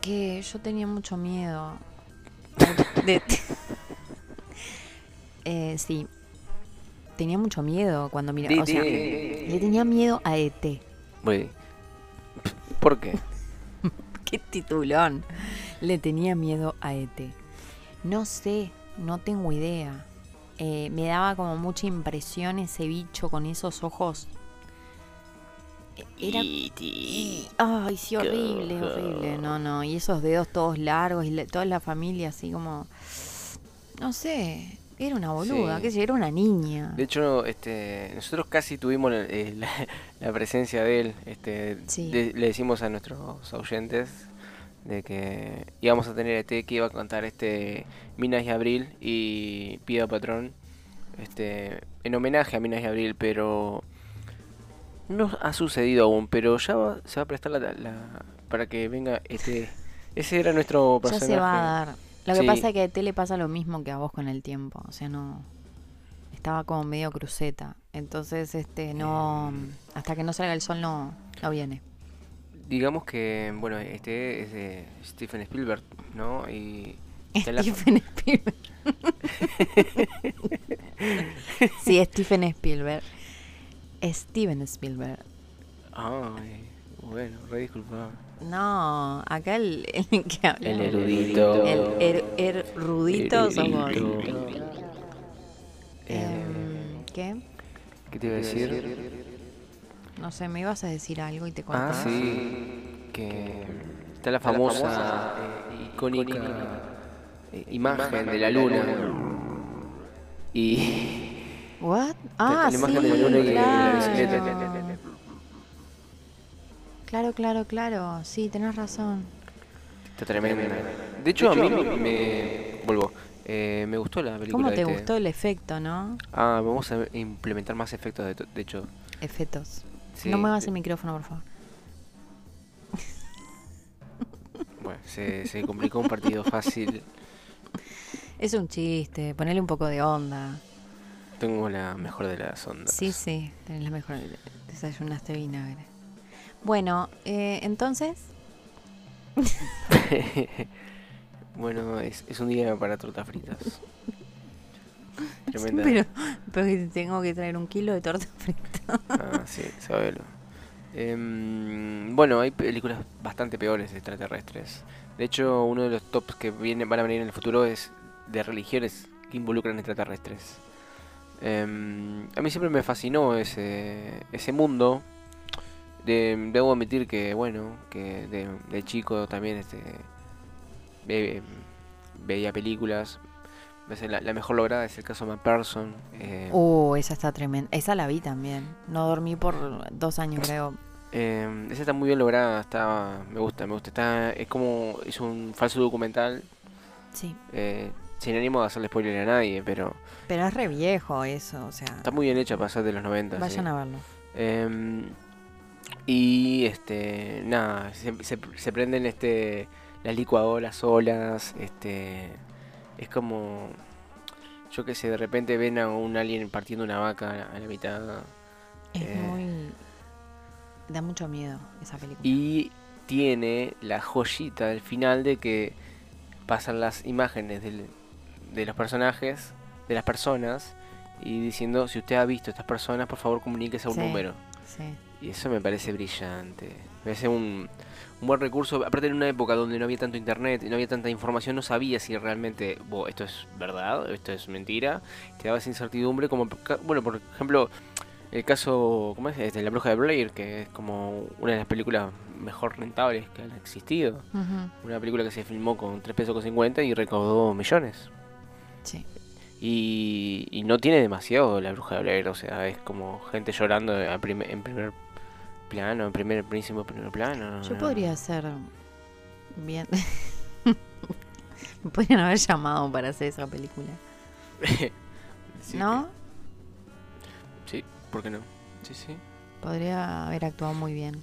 Speaker 3: Que yo tenía mucho miedo
Speaker 2: [laughs]
Speaker 3: de... [laughs] Eh, sí. Tenía mucho miedo cuando miraba. O sea, le tenía miedo a E ET.
Speaker 2: Voy. ¿Por qué?
Speaker 3: [laughs] Qué titulón. Le tenía miedo a ET. No sé, no tengo idea. Eh, me daba como mucha impresión ese bicho con esos ojos. Eh, Era.
Speaker 2: E
Speaker 3: Ay, sí, horrible, horrible. No, no. Y esos dedos todos largos y la- toda la familia así como. No sé. Era una boluda,
Speaker 2: Sí.
Speaker 3: qué sé yo, era una niña.
Speaker 2: De hecho, este, nosotros casi tuvimos la, eh, la- [laughs] la presencia de él. Este,
Speaker 3: Sí.
Speaker 2: de- le decimos a nuestros oyentes de que íbamos a tener a este que iba a cantar este Minas y Abril y Pida Patrón, este, en homenaje a Minas y Abril, pero no ha sucedido aún, pero ya va- se va a prestar la, la- para que venga este. Ese era nuestro
Speaker 3: ya
Speaker 2: personaje.
Speaker 3: se va a dar. Lo que
Speaker 2: Sí.
Speaker 3: pasa es que a ET le pasa lo mismo que a vos con el tiempo. O sea, no. estaba como medio cruceta. Entonces, este, no, hasta que no salga el sol no,
Speaker 2: [laughs]
Speaker 3: no viene.
Speaker 2: Digamos que, bueno, este es de Stephen Spielberg, ¿no? Y está en
Speaker 3: [laughs]
Speaker 2: la-
Speaker 3: Stephen Spielberg. sí, Stephen Spielberg. Steven Spielberg.
Speaker 2: Ah, eh, bueno, re disculpa.
Speaker 3: No, acá el, el que habla.
Speaker 2: El erudito.
Speaker 3: El er, erudito sos vos.
Speaker 2: Erudito.
Speaker 3: Em, ¿Qué?
Speaker 2: Eh, ¿Qué te iba a decir?
Speaker 3: No sé, me ibas a decir algo y te contaba.
Speaker 2: Ah, sí. Que está la famosa, eh, icónica eh, imagen de la luna. Y
Speaker 3: What? Ah,
Speaker 2: la
Speaker 3: sí,
Speaker 2: imagen de la luna y de la bicicleta.
Speaker 3: claro. Claro, claro, claro. Sí, tenés razón.
Speaker 2: está tremenda. De hecho, a mí me. Vuelvo. eh, me gustó la película. este
Speaker 3: ¿Cómo te
Speaker 2: ¿viste?
Speaker 3: gustó el efecto, no?
Speaker 2: Ah, vamos a implementar más efectos, de, to- de hecho.
Speaker 3: Efectos.
Speaker 2: Sí,
Speaker 3: No muevas
Speaker 2: de-
Speaker 3: el micrófono, por favor.
Speaker 2: Bueno, se, se complicó un partido
Speaker 3: [laughs]
Speaker 2: fácil.
Speaker 3: Es un chiste, ponele un poco de onda.
Speaker 2: Tengo la mejor de las ondas.
Speaker 3: Sí, sí, tenés la mejor. Desayunaste vinagre. Bueno, eh, entonces,
Speaker 2: [laughs] bueno, es, es un día para tortas
Speaker 3: [laughs]
Speaker 2: fritas. Tremenda.
Speaker 3: pero, pero que tengo que traer un kilo de torta [laughs] frita.
Speaker 2: Ah, sí, sabelo. Em, bueno, hay películas bastante peores de extraterrestres. De hecho, uno de los tops que viene, van a venir en el futuro es de religiones que involucran extraterrestres. Em, a mí siempre me fascinó ese, ese mundo. De- debo admitir que, bueno, que de, de chico también este, ve- em, veía películas. No sé, La, la mejor lograda es el caso MacPherson. eh,
Speaker 3: Uh, esa está tremenda. Esa la vi también. No dormí por dos años, creo.
Speaker 2: Eh, esa está muy bien lograda, está, me gusta, me gusta. Está, es como, es un falso documental,
Speaker 3: Sí.
Speaker 2: eh, sin ánimo de hacerle spoiler a nadie, pero
Speaker 3: Pero es re viejo eso, o sea.
Speaker 2: está muy bien hecha para ser de los 90. sí.
Speaker 3: Vayan a verlo.
Speaker 2: Eh, y este, nada, se, se- se prenden este, las licuadoras solas, este, es como, yo que sé, de repente ven a un alien partiendo una vaca a la- a la mitad.
Speaker 3: Es
Speaker 2: Eh.
Speaker 3: muy. Da mucho miedo esa película.
Speaker 2: Y tiene la joyita del final de que pasan las imágenes del- de los personajes, de las personas, y diciendo, si usted ha visto estas personas, por favor comuníquese a un
Speaker 3: Sí.
Speaker 2: número.
Speaker 3: Sí.
Speaker 2: Y eso me parece brillante. Me parece un, un buen recurso. Aparte en una época donde no había tanto internet y no había tanta información, no sabía si realmente "Bo, esto es verdad, esto es mentira. Te daba esa incertidumbre como ca- bueno, por ejemplo, el caso, ¿cómo es? Este, La bruja de Blair, que es como una de las películas mejor rentables que han existido.
Speaker 3: Ujú,
Speaker 2: Una película que se filmó con 3 pesos con 50 y recaudó millones.
Speaker 3: Sí.
Speaker 2: Y, y no tiene demasiado la bruja de Blair, o sea, es como gente llorando a prim- en primer plano, en primer príncipe, primer plano.
Speaker 3: Yo
Speaker 2: ¿no?
Speaker 3: podría hacer bien. [laughs] Me podrían haber llamado para hacer esa película.
Speaker 2: [laughs] Sí,
Speaker 3: ¿No?
Speaker 2: que- Sí, ¿por qué no? Sí, sí.
Speaker 3: Podría haber actuado muy bien.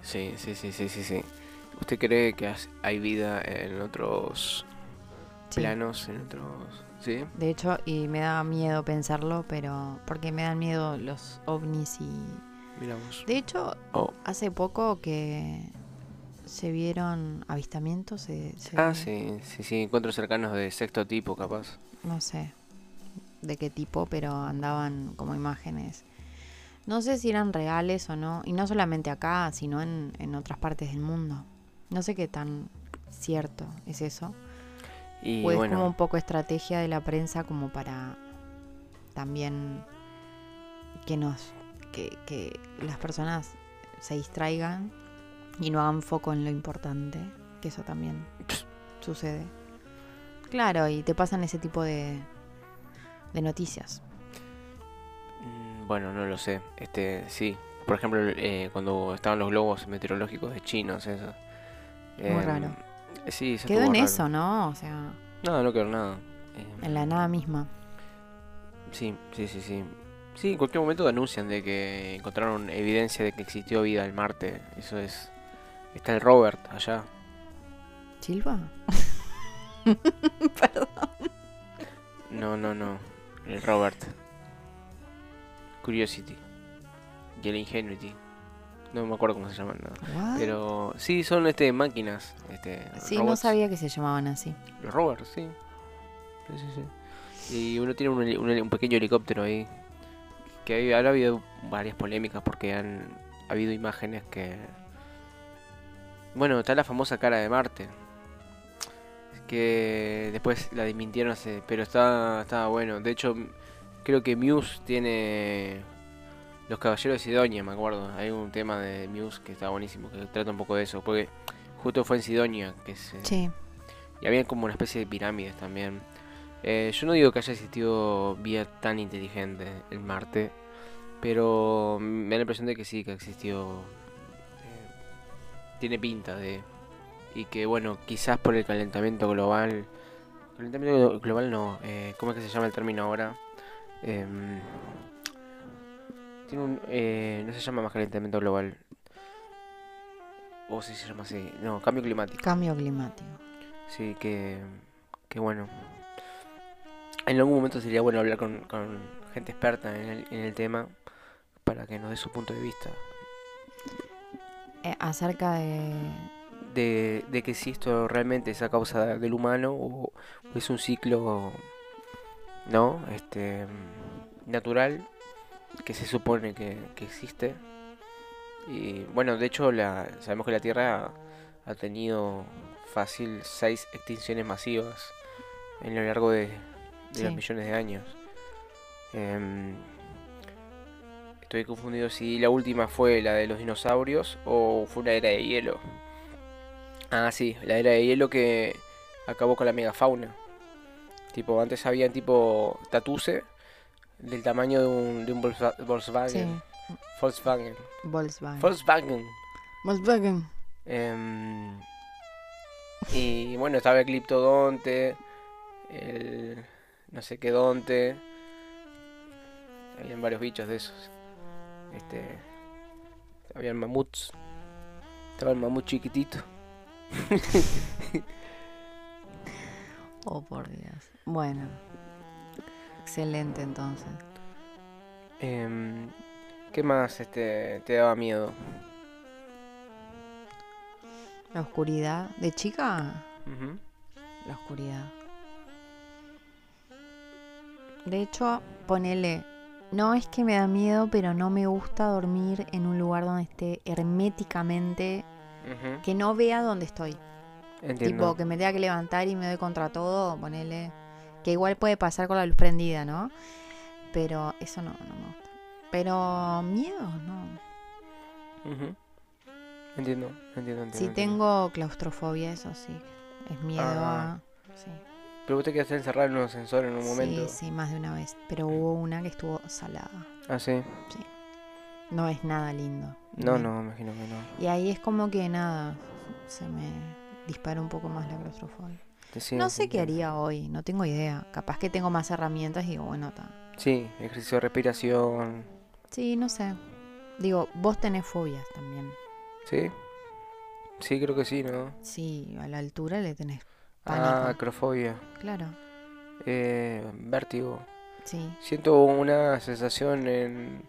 Speaker 2: Sí, sí, sí, sí, sí, sí. ¿Usted cree que has- hay vida en otros
Speaker 3: Sí.
Speaker 2: planos, en otros... Sí?
Speaker 3: De hecho, y me da miedo pensarlo, pero. Porque me dan miedo los ovnis y.
Speaker 2: Miramos.
Speaker 3: De hecho,
Speaker 2: Oh.
Speaker 3: hace poco que. Se vieron avistamientos. se- se-
Speaker 2: Ah, sí, sí, sí, encuentros cercanos de sexto tipo, capaz.
Speaker 3: no sé de qué tipo, pero andaban como imágenes. No sé si eran reales o no, y no solamente acá, sino en, en otras partes del mundo. No sé qué tan cierto es eso.
Speaker 2: Y
Speaker 3: o es
Speaker 2: bueno,
Speaker 3: Pues como un poco estrategia de la prensa como para también que nos que, que las personas se distraigan y no hagan foco en lo importante, que eso
Speaker 2: [laughs]
Speaker 3: también sucede. Claro, y te pasan ese tipo de de noticias.
Speaker 2: Mm, Bueno, no lo sé. Este, sí. Por ejemplo, eh, cuando estaban los globos meteorológicos de chinos, eso. Em,
Speaker 3: raro.
Speaker 2: eh, Sí, eso
Speaker 3: Quedó
Speaker 2: estuvo
Speaker 3: en
Speaker 2: raro.
Speaker 3: eso, ¿no? O sea,
Speaker 2: No, no quedó en nada. Em,
Speaker 3: en la nada misma.
Speaker 2: Sí, sí, sí, sí. Sí, en cualquier momento anuncian de que encontraron evidencia de que existió vida en Marte. Eso es. Está el Robert allá.
Speaker 3: ¿Silva?
Speaker 2: No, no, no. El Robert. Curiosity. Y el Ingenuity. No me acuerdo cómo se llaman nada.
Speaker 3: What?
Speaker 2: Pero sí, son este máquinas. Este,
Speaker 3: sí, no
Speaker 2: robots.
Speaker 3: sabía que se llamaban así.
Speaker 2: Los Roberts, sí. Sí, sí, sí. Y uno tiene un, heli- un heli- un pequeño helicóptero ahí. Que hay- ahora ha habido varias polémicas porque han ha habido imágenes que. Bueno, está la famosa cara de Marte. Que después la desmintieron hace. Pero está, está bueno. De hecho, m- creo que Muse tiene. Los Caballeros de Sidonia, me acuerdo. Hay un tema de Muse que está buenísimo, que trata un poco de eso. Porque justo fue en Sidonia que se,
Speaker 3: Sí.
Speaker 2: y había como una especie de pirámides también. Eh, yo no digo que haya existido vida tan inteligente en Marte, pero me da la impresión de que sí, que existió. eh, tiene pinta de. Y que bueno, quizás por el calentamiento global. Calentamiento glo- global no, eh, ¿cómo es que se llama el término ahora? Em, tiene un. eh, no se llama más calentamiento global. O si se llama así. No, cambio climático.
Speaker 3: Cambio climático.
Speaker 2: Sí, que, que bueno. En algún momento sería bueno hablar con, con gente experta en el, en el tema para que nos dé su punto de vista.
Speaker 3: Eh, acerca de...
Speaker 2: De, de que si esto realmente es a causa del humano o es un ciclo, ¿no? Este, natural que se supone que, que existe. Y bueno, de hecho la, sabemos que la Tierra ha tenido fácil seis extinciones masivas en lo largo de, de los
Speaker 3: Sí.
Speaker 2: millones de años. Em, estoy confundido si la última fue la de los dinosaurios o fue una era de hielo. Ah, sí, la era de hielo que acabó con la megafauna. Tipo, antes había tipo tatuse del tamaño de un, de un Volkswa-
Speaker 3: Sí.
Speaker 2: Volkswagen. Volkswagen.
Speaker 3: Volkswagen.
Speaker 2: Volkswagen.
Speaker 3: Volkswagen.
Speaker 2: Em, y bueno, estaba el Cliptodonte, el no sé qué Donte. Habían varios bichos de esos. Este, habían mamuts. Estaba el mamut chiquitito.
Speaker 3: Oh, por Dios. Bueno. Excelente entonces.
Speaker 2: Em, ¿Qué más este, te daba miedo?
Speaker 3: La oscuridad. De chica,
Speaker 2: Ujú.
Speaker 3: la oscuridad. De hecho, ponele. No es que me da miedo, pero no me gusta dormir en un lugar donde esté herméticamente.
Speaker 2: Ujú.
Speaker 3: Que no vea dónde estoy.
Speaker 2: Entiendo.
Speaker 3: Tipo, que me tenga que levantar y me doy contra todo, ponele. Que igual puede pasar con la luz prendida, ¿no? Pero eso no, no me gusta. Pero miedo, no.
Speaker 2: Ujú. Entiendo, entiendo, entiendo.
Speaker 3: Si
Speaker 2: entiendo.
Speaker 3: tengo claustrofobia, eso sí. Es miedo
Speaker 2: Ah.
Speaker 3: a. Sí.
Speaker 2: Pero vos te quedaste encerrado en un ascensor en un momento.
Speaker 3: Sí, sí, más de una vez. Pero hubo una que estuvo salada.
Speaker 2: Ah, sí.
Speaker 3: No es nada lindo.
Speaker 2: No,
Speaker 3: Me-
Speaker 2: no, me imagino que no.
Speaker 3: Y ahí es como que nada, se me dispara un poco más la claustrofobia.
Speaker 2: Te- sí,
Speaker 3: no sé qué
Speaker 2: entiendo.
Speaker 3: haría hoy, no tengo idea. Capaz que tengo más herramientas y digo, bueno, está.
Speaker 2: Sí, ejercicio de respiración.
Speaker 3: Sí, no sé. Digo, vos tenés fobias también.
Speaker 2: ¿Sí? Sí, creo que sí, ¿no?
Speaker 3: Sí, a la altura le tenés
Speaker 2: Ah,
Speaker 3: pánico.
Speaker 2: acrofobia.
Speaker 3: claro.
Speaker 2: Eh, vértigo.
Speaker 3: Sí,
Speaker 2: Siento una sensación en,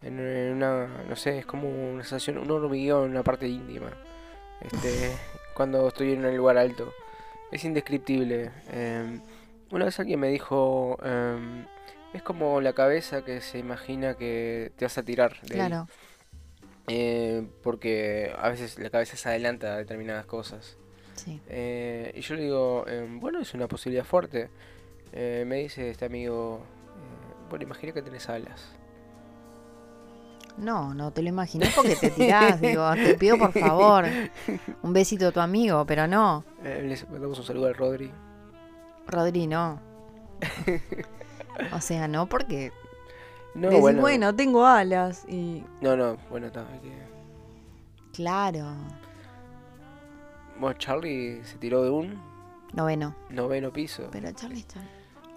Speaker 2: en, en una, no sé, es como una sensación, un hormigueo en una parte íntima. Este, cuando estoy en un lugar alto. Es indescriptible. Em, una vez alguien me dijo, em, es como la cabeza que se imagina que te vas a tirar de ahí.
Speaker 3: claro.
Speaker 2: Eh, porque a veces la cabeza se adelanta a determinadas cosas.
Speaker 3: Sí.
Speaker 2: Eh, y yo le digo, em, bueno, es una posibilidad fuerte. Eh, me dice este amigo, eh, bueno, imagina que tenés alas.
Speaker 3: No, no te lo imaginé porque
Speaker 2: [laughs]
Speaker 3: te tirás. digo, te pido por favor un besito a tu amigo, pero no.
Speaker 2: Eh, les mandamos un saludo al Rodri.
Speaker 3: Rodri, no. o sea, no porque
Speaker 2: No,
Speaker 3: decís,
Speaker 2: bueno,
Speaker 3: bueno. tengo alas y...
Speaker 2: no, no, bueno, está. hay que-
Speaker 3: Claro,
Speaker 2: Bueno, Charlie se tiró de un
Speaker 3: noveno.
Speaker 2: noveno piso.
Speaker 3: Pero Charlie está...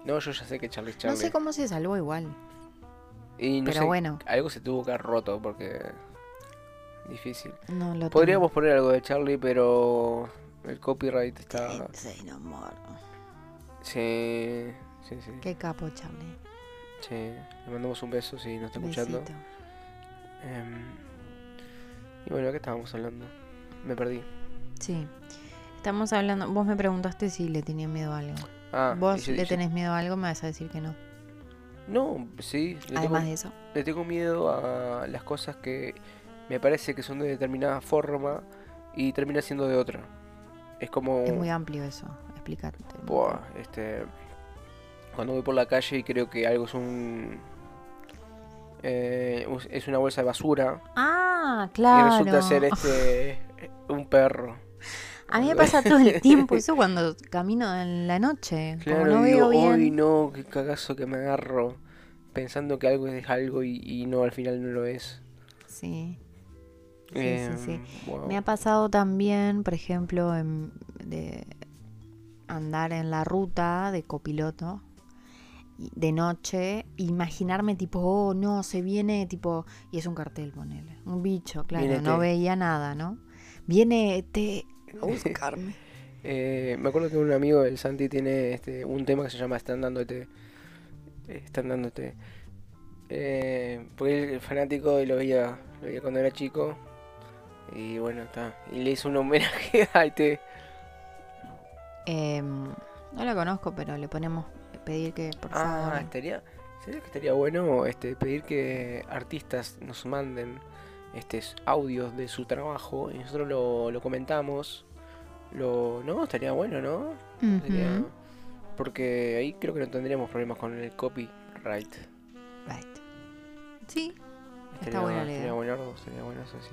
Speaker 2: No, yo ya sé que Charlie es
Speaker 3: No
Speaker 2: Charlie.
Speaker 3: sé cómo se salvó igual,
Speaker 2: y no
Speaker 3: pero
Speaker 2: sé,
Speaker 3: bueno,
Speaker 2: algo se tuvo que haber roto porque. Difícil.
Speaker 3: no lo tengo.
Speaker 2: Podríamos poner algo de Charlie, pero. El copyright está.
Speaker 3: Sí, sí, no, Este amor.
Speaker 2: Sí, sí, sí.
Speaker 3: Qué capo, Charlie.
Speaker 2: Sí, le mandamos un beso si nos está escuchando.
Speaker 3: Besito.
Speaker 2: Em, y bueno, ¿de qué estábamos hablando? Me perdí.
Speaker 3: Sí. Estamos hablando. Vos me preguntaste si le tenía miedo a algo.
Speaker 2: Ah, y
Speaker 3: Vos
Speaker 2: yo-
Speaker 3: le
Speaker 2: yo-
Speaker 3: tenés miedo a algo, me vas a decir que no.
Speaker 2: No, sí, le tengo,
Speaker 3: Además de eso.
Speaker 2: le tengo miedo a las cosas que me parece que son de determinada forma y termina siendo de otra. Es como...
Speaker 3: Es muy amplio eso. Explícate.
Speaker 2: Buah, este. Cuando voy por la calle y creo que algo es un. eh, us- es una bolsa de basura.
Speaker 3: Ah,
Speaker 2: Y
Speaker 3: claro.
Speaker 2: resulta ser este. un perro.
Speaker 3: A mí me pasa todo el
Speaker 2: [laughs]
Speaker 3: tiempo eso cuando camino en la noche.
Speaker 2: Claro,
Speaker 3: como no
Speaker 2: y digo,
Speaker 3: veo bien.
Speaker 2: hoy no, qué cagazo que me agarro. Pensando que algo es algo y, y no, al final no lo es. Em,
Speaker 3: Sí. Sí, sí, sí.
Speaker 2: wow.
Speaker 3: Me ha pasado también, por ejemplo, en- de andar en la ruta de copiloto y- de noche, imaginarme tipo, oh no, se viene tipo, y es un cartel, ponele, un bicho, claro,
Speaker 2: Viene
Speaker 3: no
Speaker 2: este.
Speaker 3: veía nada, ¿no? Viene este
Speaker 2: [laughs]
Speaker 3: a buscarme.
Speaker 2: Eh, me acuerdo que un amigo del Santi tiene este, un tema que se llama Están dándote. Eh, Están dándote. Eh, porque él es fanático y lo veía, lo veía cuando era chico. Y bueno, está. Y le hizo un homenaje [laughs] a este.
Speaker 3: Em, no lo conozco, pero le ponemos pedir que, por favor.
Speaker 2: Ah, estaría. ¿Sería que estaría bueno este, pedir que artistas nos manden este, audios de su trabajo y nosotros lo, lo comentamos? Lo, no, estaría bueno, ¿no?
Speaker 3: Ujú.
Speaker 2: Sería- Porque ahí creo que no tendríamos problemas con el copyright.
Speaker 3: Right. Sí,
Speaker 2: Estaría-
Speaker 3: buena la
Speaker 2: estaría
Speaker 3: idea.
Speaker 2: buenardo, estaría bueno eso sí.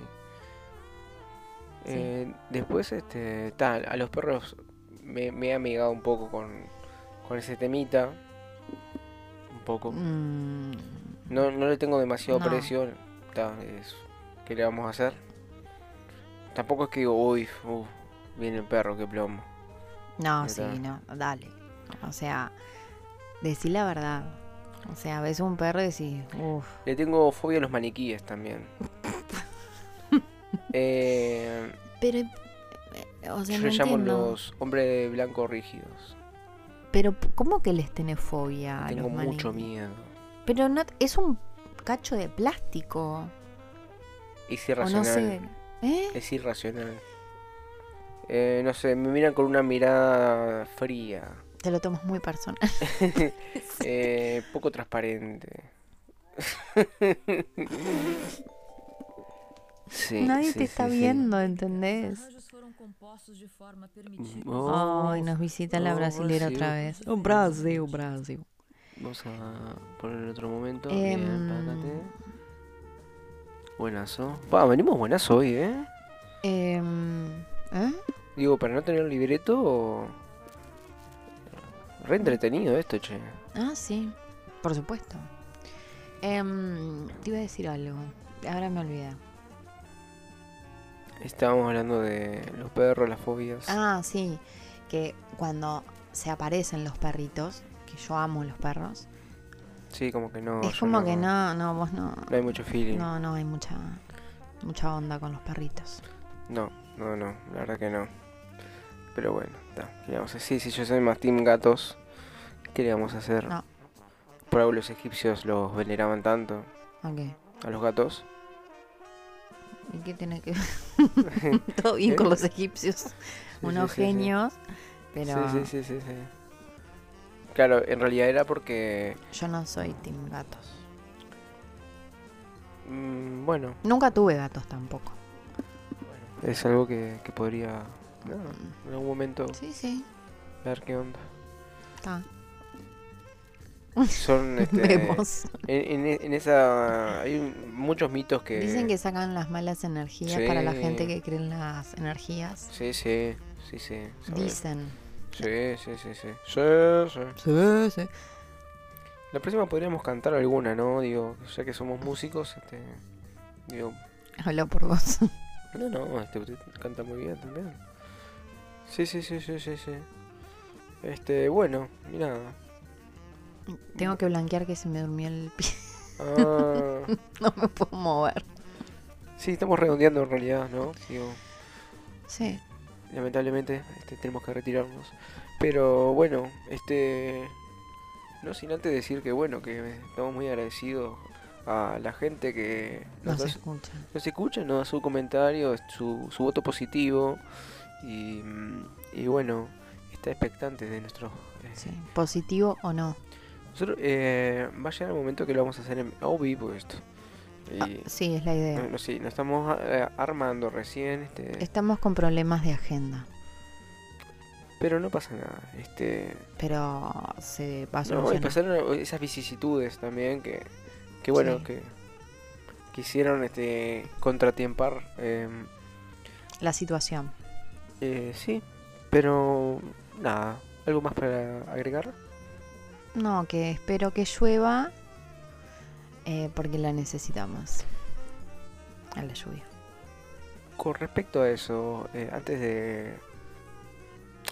Speaker 3: Sí.
Speaker 2: Eh, después, este, ta, a los perros me, me he amigado un poco con, con ese temita. Un poco.
Speaker 3: Mm,
Speaker 2: No, no le tengo demasiado
Speaker 3: No.
Speaker 2: aprecio. ta, es- ¿Qué le vamos a hacer? Tampoco es que digo, uy, uf, viene el perro, qué plomo.
Speaker 3: no,
Speaker 2: Ahí
Speaker 3: sí,
Speaker 2: está.
Speaker 3: no, dale. O sea, decí la verdad. O sea, ves un perro y decís, uff,
Speaker 2: Le tengo fobia a los maniquíes
Speaker 3: [laughs]
Speaker 2: también. eh,
Speaker 3: pero, eh, o sea,
Speaker 2: yo
Speaker 3: no
Speaker 2: le llamo
Speaker 3: entiendo.
Speaker 2: los hombres blancos rígidos.
Speaker 3: Pero, ¿cómo que les tenés fobia a
Speaker 2: Tengo
Speaker 3: los maní?
Speaker 2: mucho miedo.
Speaker 3: Pero no, es un cacho de plástico.
Speaker 2: Es
Speaker 3: O no
Speaker 2: irracional.
Speaker 3: sé. ¿Eh?
Speaker 2: Es irracional. Eh, no sé, me miran con una mirada fría,
Speaker 3: Te lo tomas muy personal.
Speaker 2: eh, poco transparente. Sí,
Speaker 3: [laughs] Nadie
Speaker 2: sí,
Speaker 3: te está
Speaker 2: sí, sí.
Speaker 3: viendo, ¿entendés?
Speaker 1: Arranjos foram compostos de forma permitida.
Speaker 2: Oh,
Speaker 3: Ay, nos visita la
Speaker 2: oh,
Speaker 3: brasilera otra
Speaker 2: Brasil.
Speaker 3: vez. Oh, Brasil, Brasil.
Speaker 2: Vamos a poner otro momento.
Speaker 3: Em,
Speaker 2: Bien, págate. Buenazo. Va, venimos buenazo hoy, ¿eh?
Speaker 3: em, ¿eh?
Speaker 2: Digo, para no tener libreto. Re entretenido esto, che.
Speaker 3: Ah, sí, por supuesto. Em, te iba a decir algo, ahora me olvidé.
Speaker 2: Estábamos hablando de los perros, las fobias.
Speaker 3: Ah, sí, que cuando se aparecen los perritos, que yo amo los perros,
Speaker 2: Sí, como que no.
Speaker 3: es
Speaker 2: yo
Speaker 3: como que no, no, vos no,
Speaker 2: No hay mucho feeling.
Speaker 3: no, no hay mucha, mucha onda con los perritos.
Speaker 2: No, no, no, la verdad que no. Pero bueno, está. ¿Qué le vamos a hacer? Sí, sí, yo soy más Team Gatos. ¿Qué le vamos a hacer?
Speaker 3: No.
Speaker 2: Por algo los egipcios los veneraban tanto
Speaker 3: Ok,
Speaker 2: a los gatos.
Speaker 3: ¿y qué
Speaker 2: [laughs]
Speaker 3: tiene que [laughs] ver? Todo bien con los egipcios,
Speaker 2: Eh, Sí,
Speaker 3: unos
Speaker 2: sí, sí, sí.
Speaker 3: genios, pero
Speaker 2: Sí, sí, sí, sí, sí. Claro, en realidad era porque.
Speaker 3: yo no soy team gatos.
Speaker 2: mm, bueno,
Speaker 3: Nunca tuve gatos tampoco.
Speaker 2: es algo que, que podría. no,
Speaker 3: Mm.
Speaker 2: en algún momento
Speaker 3: Sí, sí,
Speaker 2: ver qué
Speaker 3: [laughs]
Speaker 2: onda.
Speaker 3: está.
Speaker 2: Son. Este,
Speaker 3: [laughs] Vemos.
Speaker 2: En, en- en esa. Hay un- muchos mitos que.
Speaker 3: [laughs] Dicen que sacan las malas energías para la gente
Speaker 2: Eh, Sí.
Speaker 3: que cree en las energías.
Speaker 2: Sí, sí, sí, sí. sabe.
Speaker 3: Dicen.
Speaker 2: Sí, sí, sí, sí. Sí, sí.
Speaker 3: Sí, sí.
Speaker 2: La próxima podríamos cantar alguna, ¿no? Digo, ya que somos músicos, este. Digo,
Speaker 3: Habla por vos. [laughs]
Speaker 2: no, no, este usted canta muy bien también. Sí, sí, sí, sí, sí, sí. Este, bueno, mira.
Speaker 3: Tengo que blanquear que se me durmió el [laughs] pie.
Speaker 2: Ah,
Speaker 3: No me puedo mover.
Speaker 2: sí, estamos redondeando en realidad, ¿no? Digo,
Speaker 3: Sí.
Speaker 2: lamentablemente este, tenemos que retirarnos. Pero bueno, este. No sin antes decir que bueno, que estamos muy agradecidos a la gente que
Speaker 3: No
Speaker 2: nos,
Speaker 3: se
Speaker 2: hace-
Speaker 3: escucha.
Speaker 2: nos escucha, nos da su comentario, su, su voto positivo y, mm, y bueno, está expectante de nuestro... eh,
Speaker 3: Sí. Positivo o no.
Speaker 2: Nosotros, eh, va a llegar el momento que lo vamos a hacer en o vivo esto. Y
Speaker 3: Ah, sí, es la
Speaker 2: no,
Speaker 3: idea.
Speaker 2: no sé, nos estamos eh, armando recién, este,
Speaker 3: Estamos con problemas de agenda,
Speaker 2: pero no pasa nada. Este,
Speaker 3: pero se va a
Speaker 2: No, y pues, eh.
Speaker 3: solucionar.
Speaker 2: pasaron esas vicisitudes también que, que bueno,
Speaker 3: Sí.
Speaker 2: que quisieron este, contratiempar. eh,
Speaker 3: La situación.
Speaker 2: eh, sí, pero nada, ¿algo más para agregar?
Speaker 3: No, que espero que llueva eh, porque la necesitamos. A la lluvia.
Speaker 2: Con respecto a eso, eh, antes de...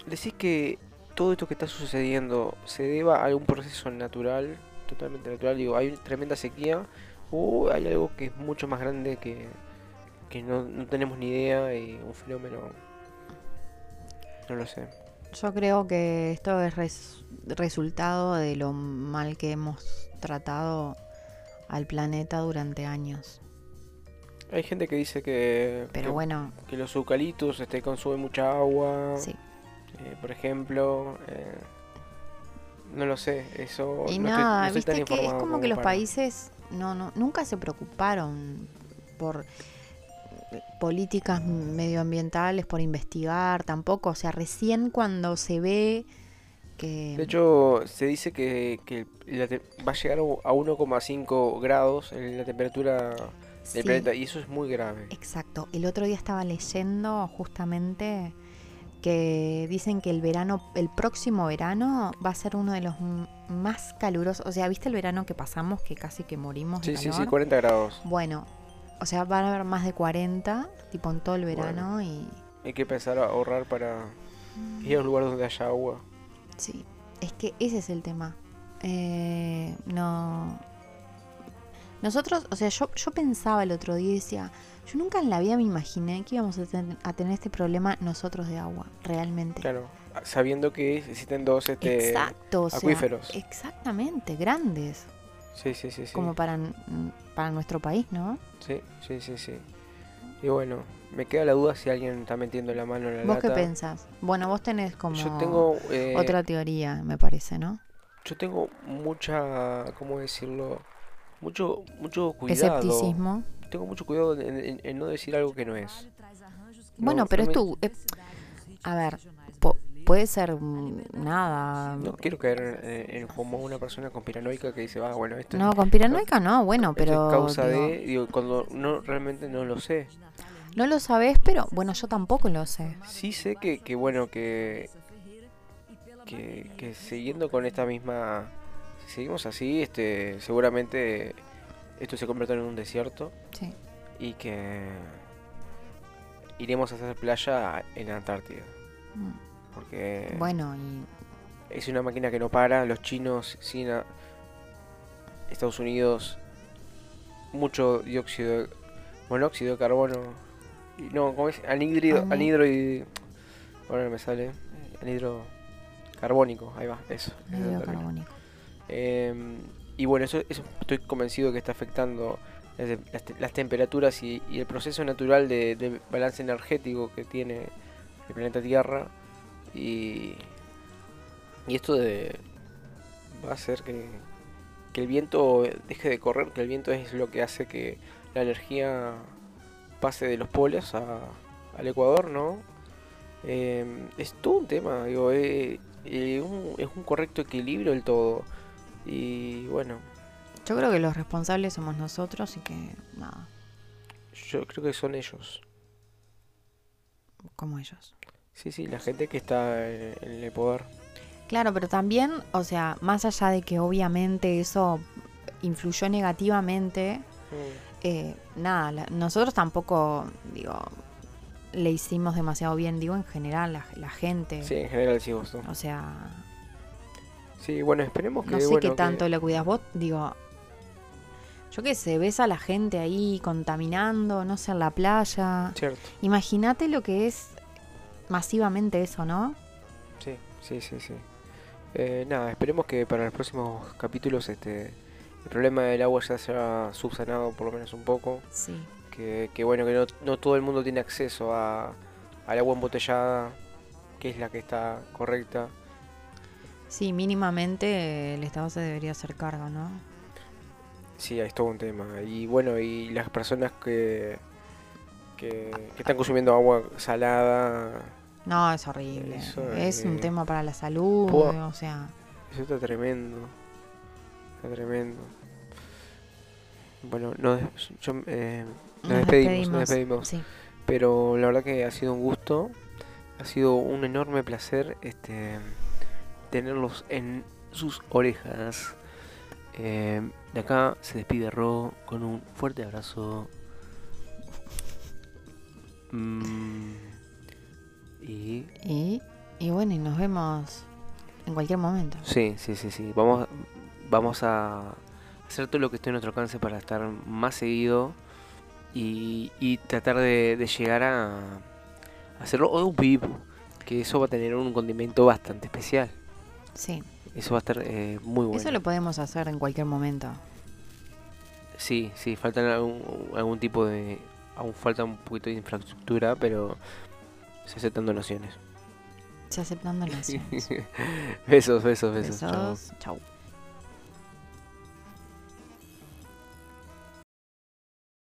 Speaker 2: Decís que todo esto que está sucediendo se deba a algún proceso natural, totalmente natural, digo, hay una tremenda sequía o hay algo que es mucho más grande que, que no, no tenemos ni idea y un fenómeno... No lo sé.
Speaker 3: Yo creo que esto es res- resultado de lo mal que hemos tratado al planeta durante años.
Speaker 2: Hay gente que dice que,
Speaker 3: Pero
Speaker 2: que,
Speaker 3: bueno,
Speaker 2: que los eucaliptos este, consumen mucha agua,
Speaker 3: sí.
Speaker 2: eh, por ejemplo. eh, no lo sé, eso...
Speaker 3: Y
Speaker 2: no estoy-
Speaker 3: nada,
Speaker 2: no estoy tan
Speaker 3: viste que es
Speaker 2: informado
Speaker 3: como que los
Speaker 2: para-
Speaker 3: países no, no, nunca se preocuparon por políticas medioambientales, por investigar, tampoco. O sea, recién cuando se ve que...
Speaker 2: De hecho, se dice que, que la te- va a llegar a 1,5 grados en la temperatura del
Speaker 3: sí,
Speaker 2: planeta y eso es muy grave.
Speaker 3: Exacto. El otro día estaba leyendo justamente que dicen que el verano, el próximo verano va a ser uno de los m- más calurosos. O sea, ¿viste el verano que pasamos que casi que morimos
Speaker 2: Sí,
Speaker 3: de
Speaker 2: sí, sí,
Speaker 3: calor?
Speaker 2: 40 grados.
Speaker 3: Bueno, o sea, van a haber más de 40, tipo en todo el verano y...
Speaker 2: Hay que pensar a ahorrar para
Speaker 3: Mm.
Speaker 2: ir a un lugar donde haya agua.
Speaker 3: Sí, es que ese es el tema. Eh, no... Nosotros, o sea, yo, yo pensaba el otro día y decía, yo nunca en la vida me imaginé que íbamos a, ten- a tener este problema nosotros de agua, realmente.
Speaker 2: Claro, sabiendo que existen dos este,
Speaker 3: Exacto, o sea,
Speaker 2: acuíferos.
Speaker 3: exactamente, grandes,
Speaker 2: Sí, sí, sí, sí.
Speaker 3: como para, n- para nuestro país, ¿no?
Speaker 2: Sí, sí, sí, sí. Y bueno, me queda la duda si alguien está metiendo la mano en la
Speaker 3: ¿Vos qué
Speaker 2: lata.
Speaker 3: pensás? Bueno, vos tenés como
Speaker 2: Yo tengo eh,
Speaker 3: otra teoría, me parece, ¿no?
Speaker 2: yo tengo mucha, ¿cómo decirlo? Mucho mucho cuidado.
Speaker 3: Escepticismo.
Speaker 2: tengo mucho cuidado en, en- en no decir algo que no es.
Speaker 3: Bueno,
Speaker 2: No,
Speaker 3: pero
Speaker 2: no me-
Speaker 3: es tu... eh, a ver, po- puede ser mm, nada...
Speaker 2: No quiero caer en, en- en como una persona conspiranoica que dice, ah, bueno, esto,
Speaker 3: No,
Speaker 2: esto
Speaker 3: con piranoica no, bueno, pero...
Speaker 2: es causa
Speaker 3: digo,
Speaker 2: de, digo, cuando no realmente no lo sé.
Speaker 3: No lo sabes, pero bueno, yo tampoco lo sé.
Speaker 2: Sí sé que, que bueno, que, que, que siguiendo con esta misma, si seguimos así, este, seguramente esto se convierte en un desierto
Speaker 3: Sí.
Speaker 2: y que iremos a hacer playa en Antártida,
Speaker 3: Mm,
Speaker 2: porque
Speaker 3: Bueno, y
Speaker 2: Es una máquina que no para. Los chinos, China, Estados Unidos, mucho dióxido, de- monóxido de carbono. y No, ¿cómo es? Anhidrido,
Speaker 3: Ani-
Speaker 2: anhidro y. Ahora no me sale. Anhidro carbónico, ahí va, eso. ese es el
Speaker 3: medio
Speaker 2: término.
Speaker 3: carbónico.
Speaker 2: Eh, y bueno, eso, eso estoy convencido que está afectando las, de- las te- las temperaturas y, y el proceso natural de, de balance energético que tiene el planeta Tierra. Y, y esto de, va a hacer que, que el viento deje de correr, que el viento es lo que hace que la energía pase de los polos a, al Ecuador, ¿no? Eh, es todo un tema, digo, eh, eh, un- es un correcto equilibrio el todo. Y bueno,
Speaker 3: Yo creo que los responsables somos nosotros y que nada,
Speaker 2: yo creo que son ellos.
Speaker 3: como ellos.
Speaker 2: Sí, sí, la gente que está en, en el poder.
Speaker 3: Claro, pero también, o sea, más allá de que obviamente eso influyó negativamente,
Speaker 2: Mm,
Speaker 3: eh, nada, la- nosotros tampoco, digo, le hicimos demasiado bien, digo, en general, la, la gente.
Speaker 2: Sí, en general sí, vos.
Speaker 3: O sea,
Speaker 2: Sí, bueno, esperemos que...
Speaker 3: no sé
Speaker 2: bueno,
Speaker 3: qué
Speaker 2: que-
Speaker 3: tanto le cuidas vos, digo. Yo qué sé, ves a la gente ahí contaminando, no sé, en la playa.
Speaker 2: Cierto,
Speaker 3: Imagínate lo que es masivamente eso, ¿no?
Speaker 2: sí, sí, sí, sí. Eh, nada, esperemos que para los próximos capítulos este el problema del agua ya se ha subsanado por lo menos un poco.
Speaker 3: Sí,
Speaker 2: Que, que bueno, que no, no todo el mundo tiene acceso a, al agua embotellada, que es la que está correcta.
Speaker 3: sí, mínimamente el Estado se debería hacer cargo, ¿no?
Speaker 2: Sí, es todo un tema. Y bueno, y las personas que, que, que están consumiendo agua salada,
Speaker 3: No, es horrible.
Speaker 2: Eso,
Speaker 3: es un
Speaker 2: eh,
Speaker 3: tema para la salud,
Speaker 2: puedo-
Speaker 3: o sea,
Speaker 2: eso está tremendo. Está tremendo. Bueno, nos, des- yo, eh, nos despedimos, nos despedimos.
Speaker 3: Sí,
Speaker 2: Pero la verdad que ha sido un gusto, ha sido un enorme placer este, tenerlos en sus orejas. Eh, de acá se despide Ro con un fuerte abrazo. Mm, y
Speaker 3: y, y bueno, y nos vemos en cualquier momento.
Speaker 2: sí, sí, sí, sí. Vamos, vamos a hacer todo lo que esté en nuestro alcance para estar más seguido y, y tratar de, de llegar a hacerlo o un vivo. Que eso va a tener un condimento bastante especial.
Speaker 3: Sí,
Speaker 2: Eso va a estar eh, muy bueno.
Speaker 3: eso lo podemos hacer en cualquier momento.
Speaker 2: Sí, sí, faltan algún, algún tipo de. Aún falta un poquito de infraestructura, pero se aceptan donaciones. [laughs]
Speaker 3: Se aceptando naciones.
Speaker 2: besos, besos, besos. chao.
Speaker 3: Besos. Chau.